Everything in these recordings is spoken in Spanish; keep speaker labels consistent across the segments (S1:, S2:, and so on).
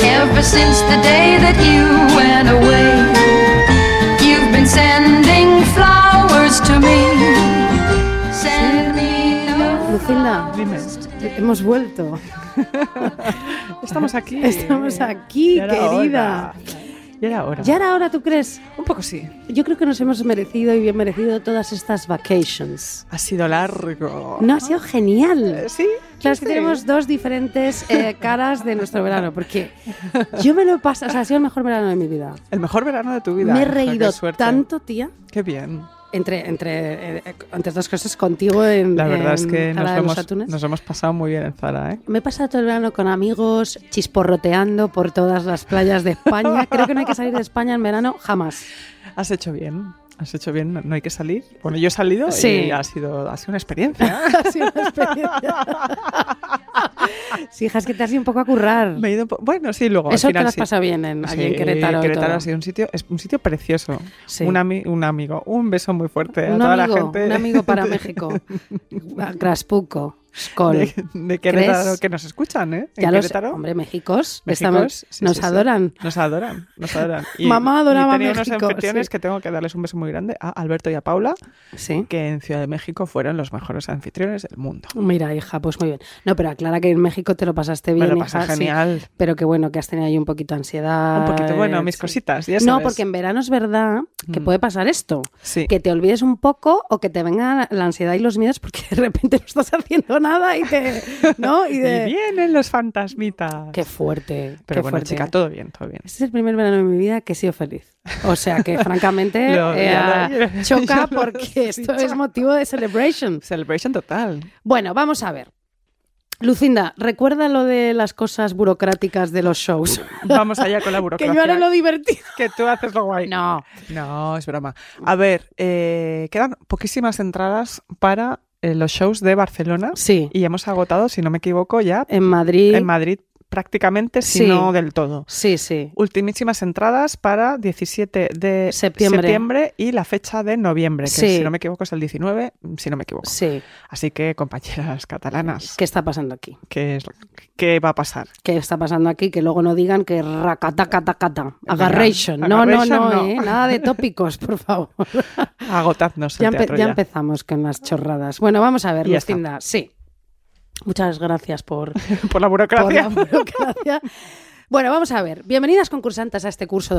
S1: ever since the day that you went away. You've been sending flowers to me. Send me no
S2: Lucinda,
S3: Dime,
S2: hemos vuelto.
S3: estamos aquí.
S2: Estamos aquí,
S3: Ya era
S2: querida.
S3: hora. Ya era hora.
S2: ¿Ya ahora tú crees?
S3: Un poco sí.
S2: Yo creo que nos hemos merecido y bien merecido todas estas vacations.
S3: Ha sido largo.
S2: No, ha sido genial.
S3: ¿Sí?
S2: Claro, es que
S3: Sí.
S2: tenemos dos diferentes eh, caras de nuestro verano, porque yo me lo paso, o sea, ha sido el mejor verano de mi vida.
S3: El mejor verano de tu vida.
S2: Me he
S3: Ángela, qué
S2: reído
S3: suerte.
S2: tanto, tía,
S3: Qué bien.
S2: entre, entre, eh, entre otras cosas contigo en
S3: La verdad es
S2: en Zara
S3: que nos
S2: de los
S3: hemos,
S2: Atunes.
S3: nos hemos pasado muy bien en Zara, ¿eh?
S2: Me he pasado todo el verano con amigos, chisporroteando por todas las playas de España. Creo que no hay que salir de España en verano jamás.
S3: Has hecho bien. Has hecho bien, no, no hay que salir. Bueno, yo he salido
S2: Sí.
S3: y ha sido, ha sido una experiencia.
S2: Ha sido una experiencia. sí, hija, es que te has ido un poco a currar.
S3: Me he ido un po- bueno, sí, luego. al
S2: Eso te
S3: final
S2: lo has
S3: sí.
S2: pasado bien en, allí en
S3: Sí,
S2: Querétaro. y
S3: Querétaro
S2: todo.
S3: ha sido un sitio, es un sitio precioso.
S2: Sí.
S3: Un, ami- un amigo, un beso muy fuerte a
S2: un
S3: toda
S2: amigo,
S3: la gente.
S2: un amigo para México. Graspuco, Skol.
S3: de, de Querétaro
S2: ¿Crees?
S3: que nos escuchan, ¿eh?
S2: Ya
S3: en
S2: los-
S3: Querétaro.
S2: hombre, Méxicos,
S3: Méxicos,
S2: estamos-
S3: sí,
S2: nos
S3: sí, sí.
S2: adoran.
S3: Nos adoran, nos adoran.
S2: Mamá adoraba
S3: y tenía unos
S2: México,
S3: anfitriones
S2: sí.
S3: que tengo que darles un beso muy grande a Alberto y a Paula,
S2: Sí.
S3: que en Ciudad de México fueron los mejores anfitriones del mundo.
S2: Mira, hija, pues muy bien. No, pero aclara que en México te lo pasaste bien,
S3: Me lo
S2: hija,
S3: pasé
S2: sí.
S3: genial.
S2: Pero que bueno, que has tenido ahí un poquito de ansiedad.
S3: Un poquito, bueno, mis
S2: sí.
S3: cositas, ya
S2: No,
S3: sabes. Mm.
S2: porque en verano es verdad que puede pasar esto.
S3: Sí.
S2: Que te olvides un poco o que te venga la ansiedad y los miedos porque de repente no estás haciendo nada y te... ¿No? Y
S3: Y
S2: de...
S3: vienen los fantasmitas.
S2: Qué fuerte.
S3: Pero
S2: qué
S3: bueno,
S2: fuerte.
S3: chica, todo bien, todo bien.
S2: Este es el primer verano de mi vida que he sido feliz. O sea que, francamente,
S3: Lo-
S2: eh,
S3: ya lo-
S2: choca
S3: ya lo has
S2: porque esto
S3: dicho.
S2: es motivo de celebration.
S3: Celebration total.
S2: Bueno, vamos a ver. Lucinda, recuerda lo de las cosas burocráticas de los shows.
S3: Vamos allá con la
S2: que
S3: burocracia.
S2: yo haré lo divertido.
S3: que tú haces lo guay.
S2: No.
S3: No, es broma. A ver, eh, quedan poquísimas entradas para eh, los shows de Barcelona
S2: Sí.
S3: y hemos agotado, si no me equivoco, ya
S2: En Madrid.
S3: en Madrid prácticamente, si
S2: Sí.
S3: no del todo.
S2: Sí, sí.
S3: Ultimísimas entradas para 17 de
S2: Septiembre.
S3: septiembre y la fecha de noviembre, que
S2: Sí.
S3: si no me equivoco es el 19, si no me equivoco.
S2: Sí.
S3: Así que, compañeras catalanas,
S2: ¿Qué está pasando aquí?
S3: ¿qué, es, ¿qué va a pasar?
S2: ¿Qué está pasando aquí? Que luego no digan que racatacatacata. Agarration. No, no,
S3: Agarration,
S2: no.
S3: no.
S2: ¿eh? Nada de tópicos, por favor.
S3: Agotadnos el
S2: ya, empe-
S3: teatro
S2: ya
S3: ya.
S2: empezamos con las chorradas. Bueno, vamos a ver,
S3: Y ya está.
S2: Lucinda. Sí. Muchas gracias por,
S3: Por la
S2: por
S3: burocracia.
S2: la burocracia. Bueno, vamos a ver. Bienvenidas concursantes a este curso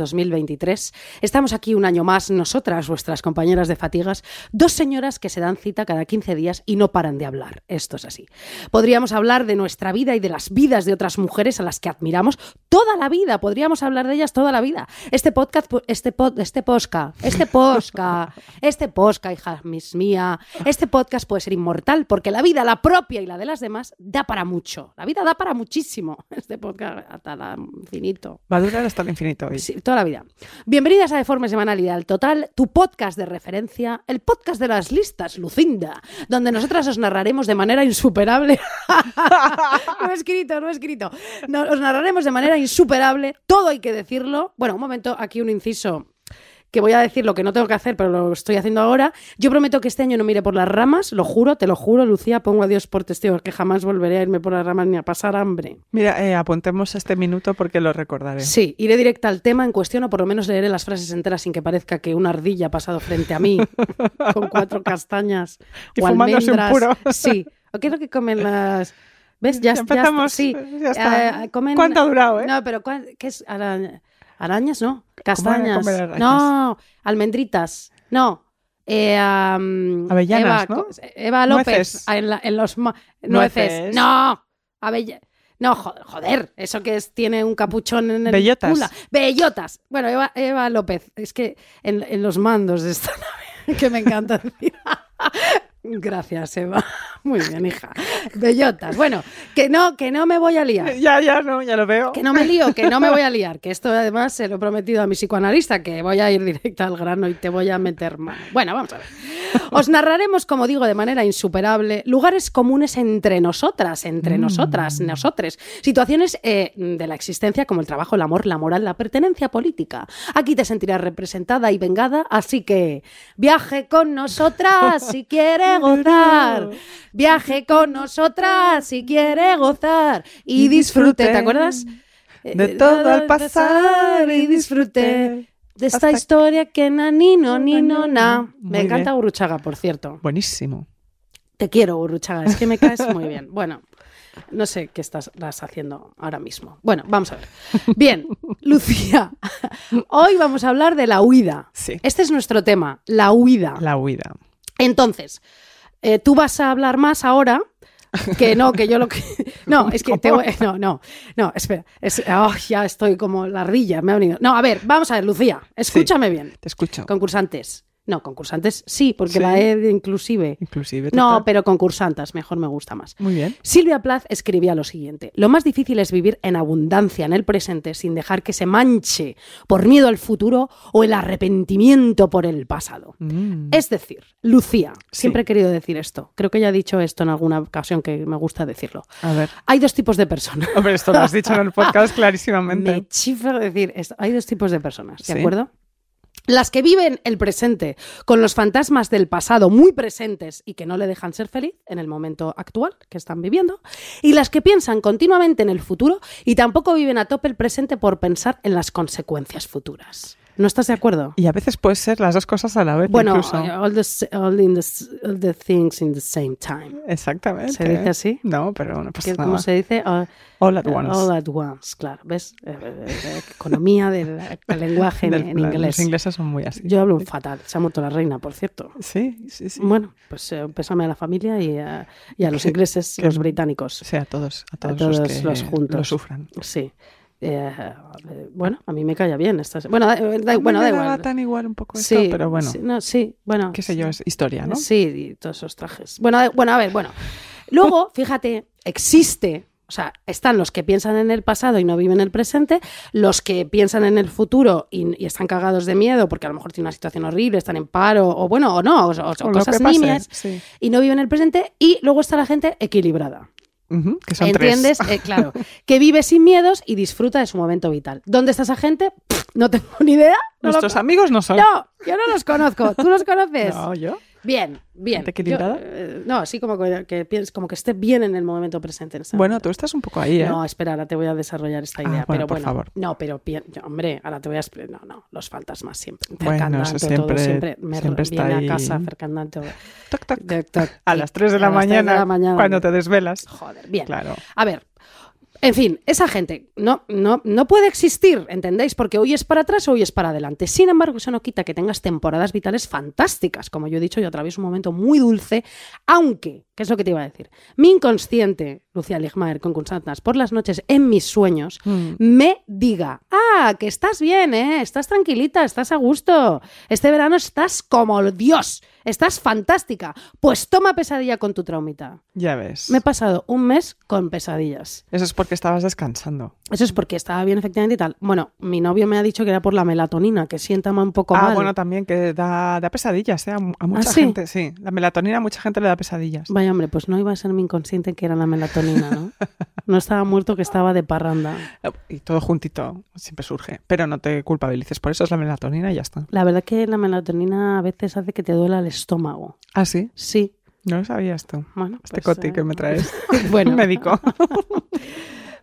S2: 2022-2023. Estamos aquí un año más, nosotras, vuestras compañeras de fatigas, dos señoras que se dan cita cada 15 días y no paran de hablar. Esto es así. Podríamos hablar de nuestra vida y de las vidas de otras mujeres a las que admiramos toda la vida. Podríamos hablar de ellas toda la vida. Este podcast, pu- este pod, este posca, este posca, este posca, hija mis mía, este podcast puede ser inmortal porque la vida, la propia y la de las demás, da para mucho. La vida da para muchísimo. Este podcast hasta la infinito.
S3: Va a durar hasta el infinito hoy.
S2: Sí, toda la vida. Bienvenidas a Deforme Semanal Ideal Total, tu podcast de referencia, el podcast de las listas, Lucinda, donde nosotras os narraremos de manera insuperable. no he escrito, no he escrito. No, os narraremos de manera insuperable, todo hay que decirlo. Bueno, un momento, aquí un inciso que voy a decir lo que no tengo que hacer, pero lo estoy haciendo ahora. Yo prometo que este año no mire por las ramas, lo juro, te lo juro, Lucía, pongo a Dios por testigo que jamás volveré a irme por las ramas ni a pasar hambre.
S3: Mira, eh, apuntemos este minuto porque lo recordaré.
S2: Sí, iré directa al tema en cuestión o por lo menos leeré las frases enteras sin que parezca que una ardilla ha pasado frente a mí con cuatro castañas
S3: Y
S2: o
S3: fumándose un
S2: almendras.
S3: puro.
S2: Sí, o qué es lo que comen las... ¿Ves? Ya,
S3: Ya
S2: ya
S3: empezamos,
S2: sí.
S3: ya está.
S2: Eh, comen-
S3: ¿Cuánto ha durado, eh?
S2: No, pero ¿cuál- ¿qué es? Araña- ¿Arañas? No. Castañas.
S3: comer arañas?
S2: No, almendritas. No. Eh, am,
S3: Avellanas,
S2: Eva,
S3: ¿no?
S2: co- Eva López.
S3: Nueces.
S2: En, la- en los ma- nueces.
S3: Nueces.
S2: No. Avella- no, jo- joder, eso que es, tiene un capuchón en el
S3: Bellotas.
S2: culo. Bellotas. Bueno, Eva, Eva López, es que en, en los mandos de esta nave, que me encanta decir. Gracias, Eva. Muy bien, hija. Bellotas. Bueno, que no, que no me voy a liar.
S3: Ya, ya, no, ya lo veo.
S2: Que no me lío, que no me voy a liar. Que esto además se lo he prometido a mi psicoanalista, que voy a ir directa al grano y te voy a meter mano. Bueno, vamos a ver. Os narraremos, como digo, de manera insuperable, lugares comunes entre nosotras, entre nosotras, nosotres. Situaciones eh, de la existencia como el trabajo, el amor, la moral, la pertenencia política. Aquí te sentirás representada y vengada, así que viaje con nosotras si quiere gozar. Viaje con nosotras si quiere gozar y disfrute. ¿Te acuerdas?
S3: De todo al pasar y disfruté.
S2: de esta
S3: hasta
S2: historia que na ni no ni no na.
S3: Muy
S2: Me encanta
S3: bien.
S2: Uruchaga, por cierto.
S3: Buenísimo.
S2: Te quiero, Uruchaga, es que me caes muy bien. Bueno, no sé qué estás estás haciendo ahora mismo. Bueno, vamos a ver. Bien, Lucía, hoy vamos a hablar de la huida.
S3: Sí.
S2: Este es nuestro tema, la huida.
S3: La huida.
S2: Entonces, eh, tú vas a hablar más ahora. Que no, que yo lo que. No, es que te voy- No, no, no, espera. Es- ah, ya estoy como la ardilla, me ha venido. No, a ver, vamos a ver, Lucía, escúchame bien.
S3: Te escucho.
S2: Concursantes. No, concursantes sí, porque
S3: Sí.
S2: la E de inclusive.
S3: Inclusive.
S2: No,
S3: total.
S2: pero concursantas, mejor me gusta más.
S3: Muy bien.
S2: Silvia Plath escribía lo siguiente: Lo más difícil es vivir en abundancia en el presente sin dejar que se manche por miedo al futuro o el arrepentimiento por el pasado.
S3: Mm.
S2: Es decir, Lucía,
S3: Sí.
S2: siempre he querido decir esto. Creo que ya he dicho esto en alguna ocasión que me gusta decirlo.
S3: A ver.
S2: Hay dos tipos de personas.
S3: Hombre, esto lo has dicho en el podcast clarísimamente.
S2: Me chifla decir esto. Hay dos tipos de personas, ¿de
S3: Sí.
S2: acuerdo? Las que viven el presente con los fantasmas del pasado muy presentes y que no le dejan ser feliz en el momento actual que están viviendo, y las que piensan continuamente en el futuro y tampoco viven a tope el presente por pensar en las consecuencias futuras. ¿No estás de acuerdo?
S3: Y a veces puede ser las dos cosas a la vez
S2: Bueno,
S3: incluso.
S2: all the, s- all in the s- all the things in the same time.
S3: Exactamente.
S2: ¿Se dice así?
S3: ¿eh? No, pero no pasa
S2: que,
S3: nada.
S2: ¿Cómo se dice? Ah,
S3: All at
S2: eh,
S3: once.
S2: All at once, claro. ¿Ves? Eh, eh, eh, economía del, del lenguaje en,
S3: Del-
S2: en
S3: la-
S2: inglés.
S3: Los ingleses son muy así.
S2: Yo hablo fatal. Se ha muerto la reina, por cierto.
S3: Sí, sí, sí.
S2: Bueno, pues eh, pésame a la familia y a, y a los
S3: Que-
S2: ingleses,
S3: que-
S2: los británicos.
S3: Sí, a todos, a todos,
S2: todos
S3: los que
S2: los juntos.
S3: lo sufran.
S2: Sí. Eh, eh, bueno, a mí me calla bien. estas- Bueno, da, eh, da- bueno, da
S3: Me daba
S2: igual.
S3: tan igual un poco
S2: Sí,
S3: esto, pero bueno,
S2: sí, no, sí, bueno.
S3: qué sé yo, es historia, ¿no?
S2: Sí, y todos esos trajes. Bueno, a- bueno, a ver, bueno. Luego, fíjate, existe. O sea, están los que piensan en el pasado y no viven el presente, los que piensan en el futuro y, y están cagados de miedo porque a lo mejor tienen una situación horrible, están en paro, o bueno, o no, o, o- o
S3: O lo
S2: cosas
S3: que pase,
S2: nimias,
S3: sí.
S2: y no viven el presente. Y luego está la gente equilibrada.
S3: Ujú, que son
S2: ¿Entiendes?
S3: tres.
S2: Eh, claro. Que vive sin miedos y disfruta de su momento vital. ¿Dónde está esa gente? Pff, no tengo ni idea. No, lo-
S3: Nuestros amigos no son.
S2: no, yo no los conozco. ¿Tú los conoces?
S3: No, yo.
S2: Bien, bien.
S3: ¿Gente equilibrada?
S2: Yo, eh, no, así como que, que piens- como que esté bien en el momento presente. en este
S3: Bueno,
S2: momento.
S3: tú estás un poco ahí, ¿eh?
S2: No, espera, ahora te voy a desarrollar esta
S3: Ah,
S2: idea.
S3: bueno,
S2: pero
S3: por
S2: bueno,
S3: favor.
S2: No, pero pien- yo, hombre, ahora te voy a explicar. No, no, los fantasmas siempre.
S3: Bueno,
S2: Fercandante,
S3: eso
S2: todo,
S3: siempre-
S2: siempre me
S3: siempre está
S2: viene
S3: ahí.
S2: a casa, Fercandante. o-
S3: Toc, toc.
S2: toc, toc,
S3: A
S2: y-
S3: las 3 de la,
S2: a las tres
S3: mañana,
S2: de la mañana.
S3: cuando te desvelas.
S2: Joder, bien.
S3: Claro.
S2: A ver. En fin, esa gente no, no, no puede existir, ¿entendéis? Porque hoy es para atrás o hoy es para adelante. Sin embargo, eso no quita que tengas temporadas vitales fantásticas, como yo he dicho, yo atravieso un momento muy dulce, aunque, ¿qué es lo que te iba a decir? Mi inconsciente, Lucía Ligmaer, con constantas, por las noches en mis sueños,
S3: Mm.
S2: me diga, ah, que estás bien, ¿eh? estás tranquilita, estás a gusto, este verano estás como Dios, estás fantástica, pues toma pesadilla con tu traumita.
S3: Ya ves.
S2: Me he pasado un mes con pesadillas.
S3: Eso es porque estabas descansando.
S2: Eso es porque estaba bien efectivamente y tal. Bueno, mi novio me ha dicho que era por la melatonina, que sienta un poco
S3: ah,
S2: mal.
S3: bueno, también que da, da pesadillas, ¿eh? A, mu- a mucha
S2: ¿Ah, sí?
S3: gente, sí. La melatonina a mucha gente le da pesadillas.
S2: Vaya hombre, pues no iba a ser mi inconsciente que era la melatonina, ¿no? No estaba muerto que estaba de parranda.
S3: Eh, Y todo juntito siempre surge. Pero no te culpabilices por eso, es la melatonina y ya está.
S2: La verdad que la melatonina a veces hace que te duela el estómago.
S3: Ah, sí.
S2: Sí.
S3: No lo sabías tú.
S2: Bueno,
S3: Este
S2: pues,
S3: coti
S2: eh,
S3: que me traes.
S2: Bueno.
S3: Médico.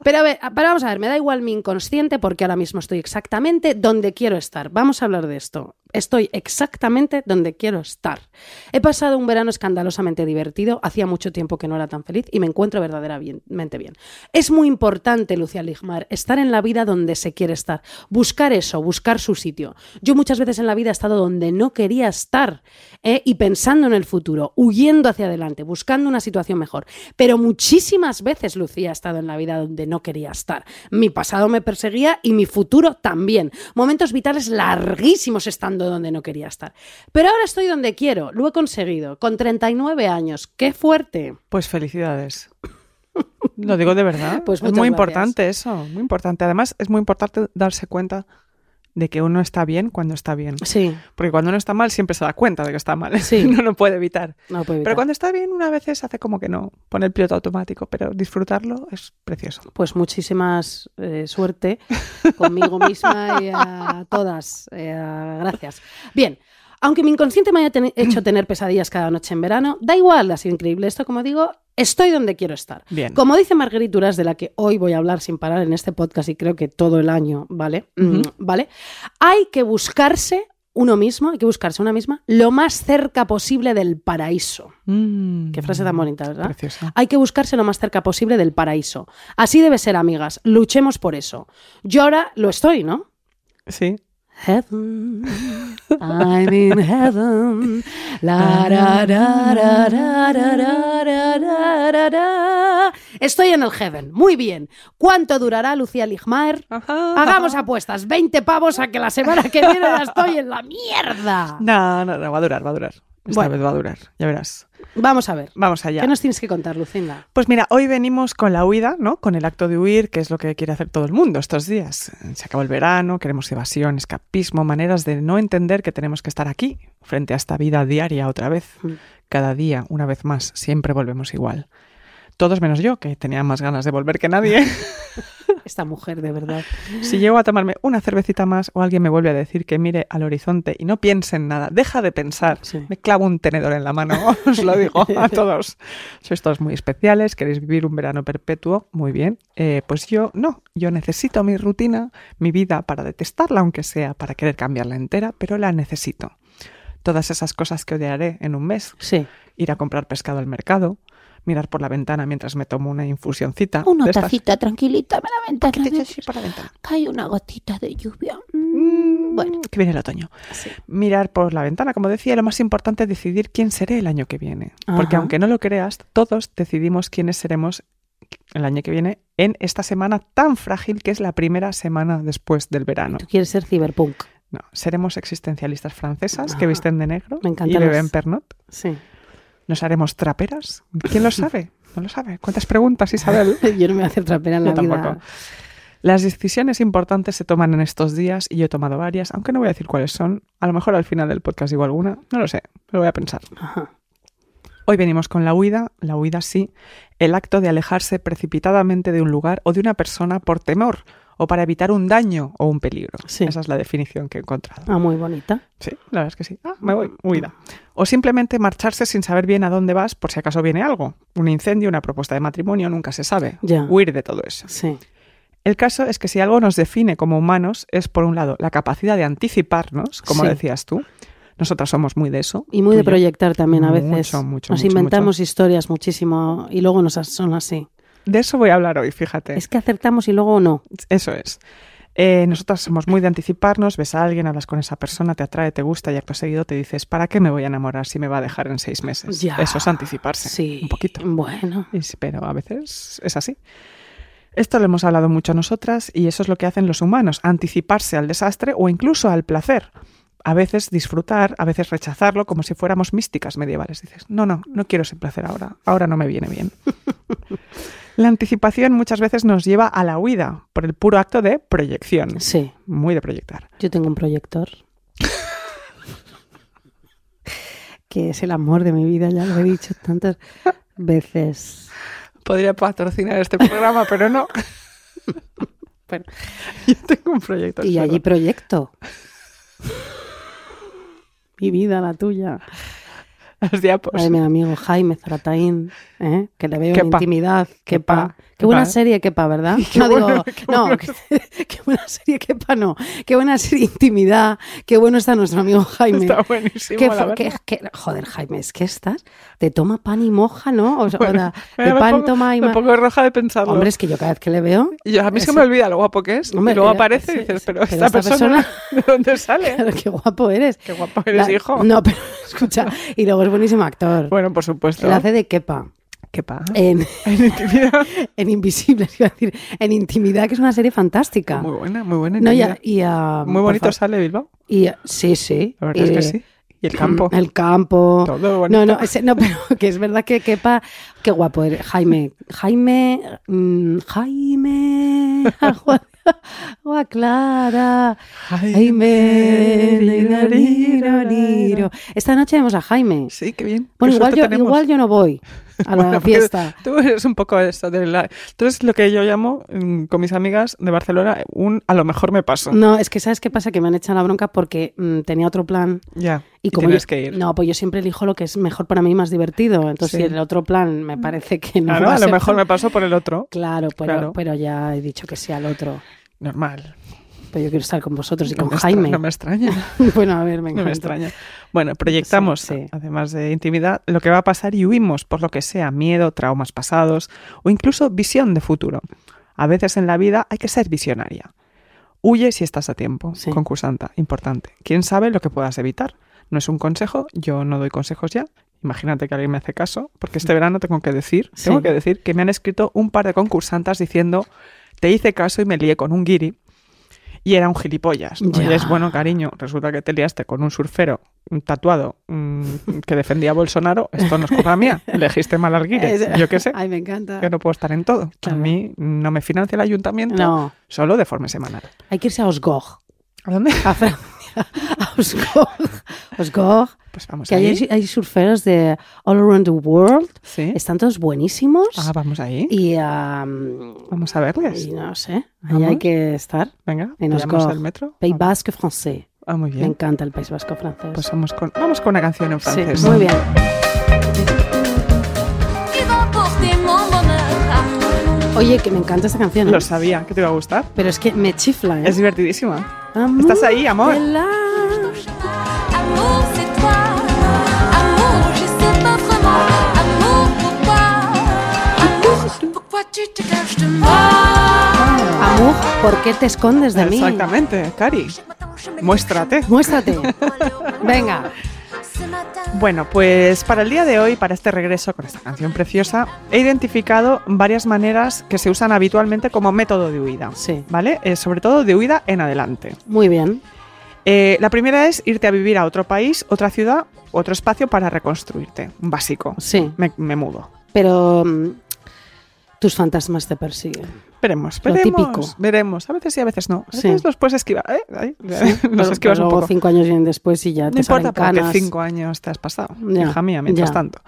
S2: Pero a ver, para, vamos a ver, me da igual mi inconsciente porque ahora mismo estoy exactamente donde quiero estar. Vamos a hablar de esto. Estoy exactamente donde quiero estar. He pasado un verano escandalosamente divertido, hacía mucho tiempo que no era tan feliz y me encuentro verdaderamente bien. Es muy importante, Lucía Ligmar, estar en la vida donde se quiere estar, buscar eso, buscar su sitio. Yo muchas veces en la vida he estado donde no quería estar ¿eh? y pensando en el futuro, huyendo hacia adelante, buscando una situación mejor. Pero muchísimas veces Lucía ha estado en la vida donde no quería estar. Mi pasado me perseguía y mi futuro también. Momentos vitales larguísimos estando donde no quería estar. Pero ahora estoy donde quiero, lo he conseguido, con 39 años. ¡Qué fuerte!
S3: Pues felicidades. Lo digo de verdad.
S2: Pues
S3: es muy
S2: muchas gracias.
S3: importante eso, muy importante. Además, es muy importante darse cuenta de que uno está bien cuando está bien.
S2: Sí,
S3: Porque cuando uno está mal siempre se da cuenta de que está mal.
S2: Sí.
S3: no lo puede evitar.
S2: no lo puedo
S3: Pero
S2: evitar.
S3: cuando está bien, una vez se hace como que no, pone el piloto automático, pero disfrutarlo es precioso.
S2: Pues muchísimas eh, suerte conmigo misma y a todas. Eh, gracias. Bien. Aunque mi inconsciente me haya teni- hecho tener pesadillas cada noche en verano, da igual, ha sido increíble esto, como digo, Estoy donde quiero estar.
S3: Bien.
S2: Como dice Margarituras, de la que hoy voy a hablar sin parar en este podcast y creo que todo el año, ¿vale? Mm, ¿Vale? Hay que buscarse uno mismo, hay que buscarse una misma, lo más cerca posible del paraíso.
S3: Mm.
S2: Qué frase tan bonita, ¿verdad?
S3: Preciosa.
S2: Hay que buscarse lo más cerca posible del paraíso. Así debe ser, amigas. Luchemos por eso. Yo ahora lo estoy, ¿no?
S3: Sí.
S2: Heaven. I'm in heaven. La, ra, ra, ra, ra, ra, ra, ra, ra, ra, ra. Estoy en el heaven. Muy bien. ¿Cuánto durará Lucía Ligmaer? Hagamos apuestas. 20 pavos a que la semana que viene la estoy en la mierda.
S3: No, no, no, va a durar, va a durar. Esta
S2: Bueno.
S3: vez va a durar, ya verás.
S2: Vamos a ver.
S3: Vamos allá.
S2: ¿Qué nos tienes que contar, Lucinda?
S3: Pues mira, hoy venimos con la huida, ¿no? Con el acto de huir, que es lo que quiere hacer todo el mundo estos días. Se acabó el verano, queremos evasión, escapismo, maneras de no entender que tenemos que estar aquí, frente a esta vida diaria otra vez.
S2: Mm.
S3: Cada día, una vez más, siempre volvemos igual. Todos menos yo, que tenía más ganas de volver que nadie.
S2: Esta mujer, de verdad.
S3: Si llego a tomarme una cervecita más o alguien me vuelve a decir que mire al horizonte y no piense en nada, deja de pensar.
S2: Sí.
S3: Me clavo un tenedor en la mano, os lo digo a todos. Sois todos muy especiales, queréis vivir un verano perpetuo, muy bien. Eh, pues yo no, yo necesito mi rutina, mi vida para detestarla, aunque sea para querer cambiarla entera, pero la necesito. Todas esas cosas que odiaré en un mes,
S2: Sí.
S3: ir a comprar pescado al mercado, mirar por la ventana mientras me tomo una infusioncita. de
S4: Una
S3: estas-
S4: tacita tranquilita, me la ventana.
S3: Sí, sí, sí, por la ventana.
S4: Cae una gotita de lluvia.
S3: Mm.
S4: Mm,
S3: bueno, que viene el otoño. Mirar por la ventana, como decía, lo más importante es decidir quién seré el año que viene. Porque
S2: Ajá.
S3: aunque no lo creas, todos decidimos quiénes seremos el año que viene en esta semana tan frágil que es la primera semana después del verano.
S2: Tú quieres ser ciberpunk.
S3: No, seremos existencialistas francesas que
S2: Ajá.
S3: visten de negro
S2: Me encantan
S3: y beben
S2: las-
S3: pernot.
S2: Sí.
S3: Nos haremos traperas. ¿Quién lo sabe? No lo sabe. ¿Cuántas preguntas, Isabel?
S2: Yo no me voy a hacer trapera en la
S3: Yo tampoco.
S2: vida.
S3: Las decisiones importantes se toman en estos días y yo he tomado varias, aunque no voy a decir cuáles son. A lo mejor al final del podcast digo alguna, no lo sé, lo voy a pensar.
S2: Ajá.
S3: Hoy venimos con la huida, la huida sí, el acto de alejarse precipitadamente de un lugar o de una persona por temor o para evitar un daño o un peligro.
S2: Sí.
S3: Esa es la definición que he encontrado.
S2: Ah, muy bonita.
S3: Sí, la verdad es que sí. Ah, me voy, huida. O simplemente marcharse sin saber bien a dónde vas por si acaso viene algo. Un incendio, una propuesta de matrimonio, nunca se sabe.
S2: Ya.
S3: Huir de todo eso.
S2: Sí.
S3: El caso es que si algo nos define como humanos es, por un lado, la capacidad de anticiparnos, como
S2: Sí.
S3: decías tú. Nosotras somos muy de eso.
S2: Y muy
S3: Tú
S2: de
S3: yo.
S2: proyectar también a veces.
S3: Mucho, mucho,
S2: nos
S3: mucho,
S2: inventamos historias muchísimo y luego nos as- son así.
S3: De eso voy a hablar hoy, fíjate.
S2: Es que acertamos y luego no.
S3: Eso es. Eh, nosotras somos muy de anticiparnos, ves a alguien, hablas con esa persona, te atrae, te gusta y acto seguido te dices, ¿para qué me voy a enamorar si me va a dejar en seis meses?
S2: Ya.
S3: Eso es anticiparse.
S2: Sí.
S3: Un poquito.
S2: Bueno.
S3: Es- Pero a veces es así. Esto lo hemos hablado mucho nosotras y eso es lo que hacen los humanos, anticiparse al desastre o incluso al placer. A veces disfrutar, a veces rechazarlo como si fuéramos místicas medievales. Dices, no, no, no quiero ese placer ahora, ahora no me viene bien. la anticipación muchas veces nos lleva a la huida por el puro acto de proyección,
S2: Sí.
S3: muy de proyectar.
S2: Yo tengo un proyector. que es el amor de mi vida, ya lo he dicho tantas veces.
S3: Podría patrocinar este programa, pero no.
S2: Bueno.
S3: Yo tengo un proyecto.
S2: Y allí proyecto. Mi vida, la tuya.
S3: Las diapos.
S2: La de mi amigo Jaime Zarataín, ¿eh? que le veo en
S3: Kepa.
S2: intimidad.
S3: Kepa.
S2: Kepa. Qué buena
S3: Kepa, ¿eh?
S2: serie, Kepa, ¿verdad?
S3: Qué
S2: no, digo-
S3: bueno, qué
S2: no,
S3: bueno.
S2: qué, buena serie, Kepa, no. Qué buena serie, intimidad. Qué bueno está nuestro amigo Jaime.
S3: Está buenísimo.
S2: Qué
S3: la
S2: fa-
S3: verdad.
S2: qué- qué- joder, Jaime, es que estás. Te toma pan y moja, ¿no? O sea,
S3: Bueno,
S2: de
S3: mira, me
S2: pan
S3: pongo-
S2: toma y
S3: me
S2: ma-
S3: pongo roja de pensarlo.
S2: Hombre, es que yo cada vez que le veo.
S3: Y a mí se
S2: ese-
S3: me olvida lo guapo que es.
S2: Hombre,
S3: y luego
S2: pero-
S3: aparece y
S2: sí,
S3: dices,
S2: sí,
S3: pero,
S2: pero
S3: esta,
S2: esta
S3: persona, ¿de dónde sale?
S2: Claro, qué guapo eres.
S3: Qué guapo eres,
S2: La-
S3: hijo.
S2: No, pero escucha, y luego es buenísimo actor.
S3: Bueno, por supuesto.
S2: Él hace de Kepa.
S3: ¿Qué pa?
S2: En,
S3: En intimidad.
S2: en Invisibles, iba a decir, en Intimidad, que es una serie fantástica.
S3: Muy buena, muy buena.
S2: No, y
S3: intimidad.
S2: a- y a-
S3: muy
S2: por
S3: bonito
S2: favor,
S3: sale Bilbao.
S2: Y a- sí, sí.
S3: La verdad
S2: y-
S3: es que sí. Y el campo.
S2: El campo.
S3: Todo bonito.
S2: No, no, ese- no, pero que es verdad que quepa. Qué guapo eres, Jaime. Jaime. mm, Jaime. Juan- Juan- estaba clara. Jaime. liro, liro, liro. Esta noche vemos a Jaime.
S3: Sí, qué bien.
S2: Bueno,
S3: Qué
S2: igual
S3: suerte
S2: yo,
S3: tenemos.
S2: igual yo no voy a la
S3: Bueno, pues pero
S2: fiesta.
S3: Tú eres un poco eso de la... Tú eres lo que yo llamo mm, con mis amigas de Barcelona un a lo mejor me paso.
S2: No, es que ¿sabes qué pasa? Que me han echado la bronca porque mm, tenía otro plan.
S3: Ya.
S2: Y como
S3: tienes
S2: yo-
S3: que ir.
S2: No, pues yo siempre elijo lo que es mejor para mí y más divertido. Entonces,
S3: Sí.
S2: si el otro plan me parece que no.
S3: Ah, ¿no?
S2: va
S3: a lo
S2: ser
S3: mejor
S2: tan-
S3: me paso por el otro.
S2: Claro pero,
S3: Claro.
S2: pero ya he dicho que sí al otro.
S3: Normal.
S2: Pero yo quiero estar con vosotros y
S3: No
S2: con
S3: me extra-
S2: Pues Jaime.
S3: No me extraña.
S2: bueno, a ver, me
S3: No
S2: encanta.
S3: me extraña. Bueno, proyectamos,
S2: Sí, sí.
S3: además de intimidad, lo que va a pasar y huimos por lo que sea, miedo, traumas pasados o incluso visión de futuro. A veces en la vida hay que ser visionaria. Huye si estás a tiempo,
S2: Sí.
S3: concursanta, importante. ¿Quién sabe lo que puedas evitar? No es un consejo, yo no doy consejos ya. Imagínate que alguien me hace caso, porque este verano tengo que decir,
S2: Mm. Sí.
S3: tengo que decir que me han escrito un par de concursantas diciendo, te hice caso y me lié con un guiri y era un gilipollas. ¿no?
S2: Ya.
S3: Y es bueno, cariño, resulta que te liaste con un surfero un tatuado mm, que defendía a Bolsonaro, esto no es culpa mía, elegiste mal al guiri,
S2: Es-
S3: yo qué sé,
S2: Ay, me encanta.
S3: yo no puedo estar en todo. A
S2: Claro.
S3: mí no me financia el ayuntamiento,
S2: No,
S3: solo de forma semanal.
S2: hay que irse a Osgog.
S3: ¿A dónde?
S2: A Francia. A Osgog. Osgog.
S3: Pues vamos
S2: Que
S3: ahí.
S2: hay, hay surferos de All Around the World.
S3: Sí.
S2: Están todos buenísimos.
S3: ¿Eh? Ah, vamos ahí.
S2: Y, am,
S3: Vamos a verles.
S2: y no sé, ahí
S3: Vamos.
S2: hay que estar.
S3: Venga,
S2: y nos
S3: pillamos
S2: coge.
S3: el metro.
S2: Pays Basque francés.
S3: Ah, muy
S2: Me
S3: bien.
S2: encanta el País Vasco francés.
S3: Pues vamos con, vamos con una canción en
S2: sí,
S3: francés.
S2: muy bien.
S1: qui va porter mon bonheur à moi.
S2: Oye, que me encanta esta canción. ¿eh?
S3: Lo sabía, que te iba a gustar.
S2: Pero es que me chifla, ¿eh?
S3: Es divertidísima.
S2: Amor
S3: Estás ahí, amor.
S2: de la-
S1: Amour, c'est toi. Amour, je sais pas vraiment. Amour, pourquoi Amour, pourquoi tu te caches de moi
S2: Amor, ¿por qué te escondes de mí?
S3: Exactamente, Cari. Muéstrate.
S2: Muéstrate. Venga.
S3: Bueno, pues para el día de hoy, para este regreso con esta canción preciosa, he identificado varias maneras que se usan habitualmente como método de huida.
S2: Sí.
S3: ¿Vale? Eh, sobre todo de huida en adelante.
S2: Muy bien.
S3: Eh, la primera es irte a vivir a otro país, otra ciudad, otro espacio para reconstruirte. Un Básico.
S2: Sí.
S3: Me, me mudo.
S2: Pero mm, tus fantasmas te persiguen.
S3: Veremos,
S2: Lo
S3: veremos.
S2: típico.
S3: Veremos. A veces sí, a veces no. A
S2: Sí.
S3: veces los puedes esquivar. ¿eh? Ahí, los
S2: Pero-
S3: esquivas
S2: pero
S3: un
S2: luego
S3: poco.
S2: cinco años vienen después y ya te
S3: No
S2: salen
S3: importa
S2: canas.
S3: porque cinco años te has pasado,
S2: Ya,
S3: hija mía, mientras
S2: ya.
S3: tanto.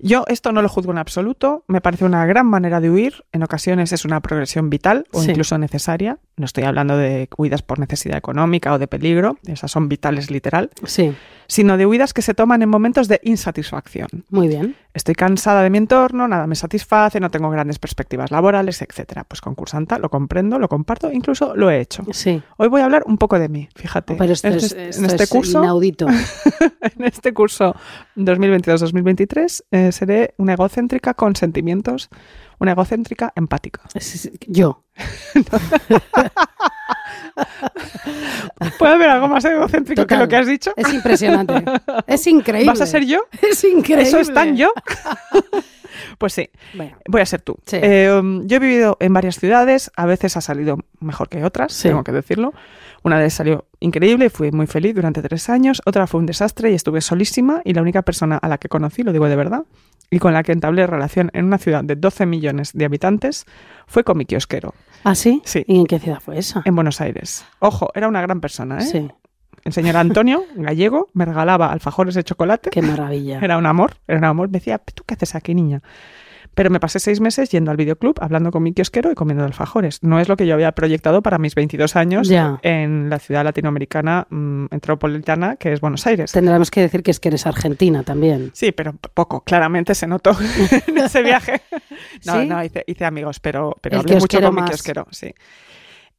S3: Yo esto no lo juzgo en absoluto, me parece una gran manera de huir, en ocasiones es una progresión vital o
S2: Sí.
S3: incluso necesaria, no estoy hablando de huidas por necesidad económica o de peligro, esas son vitales literal,
S2: Sí,
S3: sino de huidas que se toman en momentos de insatisfacción.
S2: muy bien.
S3: Estoy cansada de mi entorno, nada me satisface, no tengo grandes perspectivas laborales, etcétera. Pues concursanta, lo comprendo, lo comparto, incluso lo he hecho.
S2: Sí.
S3: Hoy voy a hablar un poco de mí, fíjate.
S2: Pero esto
S3: En
S2: es,
S3: este- en
S2: esto
S3: este
S2: es
S3: curso
S2: inaudito.
S3: en este curso 2022-2023 eh, seré una egocéntrica con sentimientos, una egocéntrica empática.
S2: Es- es- Yo.
S3: ¿Puede haber algo más egocéntrico
S2: Total.
S3: que lo que has dicho?
S2: Es impresionante. Es increíble.
S3: ¿Vas a ser yo?
S2: Es increíble.
S3: ¿Eso es tan yo? pues sí,
S2: Bueno,
S3: voy a ser tú.
S2: Sí.
S3: Eh, um, yo he vivido en varias ciudades, a veces ha salido mejor que otras,
S2: Sí.
S3: tengo que decirlo. Una vez salió increíble y fui muy feliz durante tres años, otra fue un desastre y estuve solísima y la única persona a la que conocí, lo digo de verdad, y con la que entablé relación en una ciudad de 12 millones de habitantes fue con mi kiosquero,
S2: ¿Ah, sí?
S3: Sí.
S2: ¿Y en qué ciudad fue esa?
S3: en Buenos Aires. Ojo, era una gran persona, ¿eh?
S2: Sí.
S3: El señor Antonio, gallego, me regalaba alfajores de chocolate.
S2: Qué maravilla.
S3: Era un amor, era un amor. Me decía, ¿tú qué haces aquí, niña? Pero me pasé seis meses yendo al videoclub, hablando con mi kiosquero y comiendo alfajores. No es lo que yo había proyectado para mis 22 años
S2: Ya.
S3: en la ciudad latinoamericana mm, metropolitana, que es Buenos Aires.
S2: Tendremos que decir que es que eres argentina también.
S3: Sí, pero p- poco, claramente se notó en ese viaje. No,
S2: ¿Sí?
S3: no, hice, hice amigos, pero, pero
S2: El
S3: hablé mucho
S2: kiosquero
S3: con mi
S2: más.
S3: kiosquero, sí.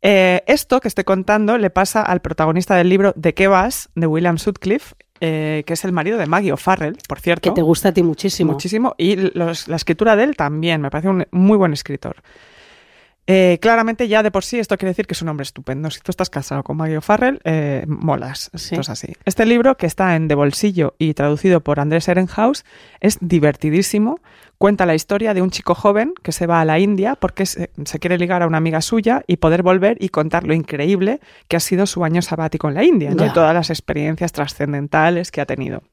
S3: Eh, esto que estoy contando le pasa al protagonista del libro ¿De qué vas? de William Sutcliffe, eh, que es el marido de Maggie O'Farrell, por
S2: Que
S3: cierto.
S2: te gusta a ti muchísimo.
S3: Muchísimo. Y los- la escritura de él también, me parece un muy buen escritor. Eh, claramente ya de por sí esto quiere decir que es un hombre estupendo. Si tú estás casado con Maggie O'Farrell, eh, molas.
S2: Sí.
S3: Esto es así. Este libro, que está en De Bolsillo y traducido por Andrés Ehrenhaus, es divertidísimo. Cuenta la historia de un chico joven que se va a la India porque se, se quiere ligar a una amiga suya y poder volver y contar lo increíble que ha sido su año sabático en la India ¿no?
S2: Ya.
S3: y todas las experiencias trascendentales que ha tenido.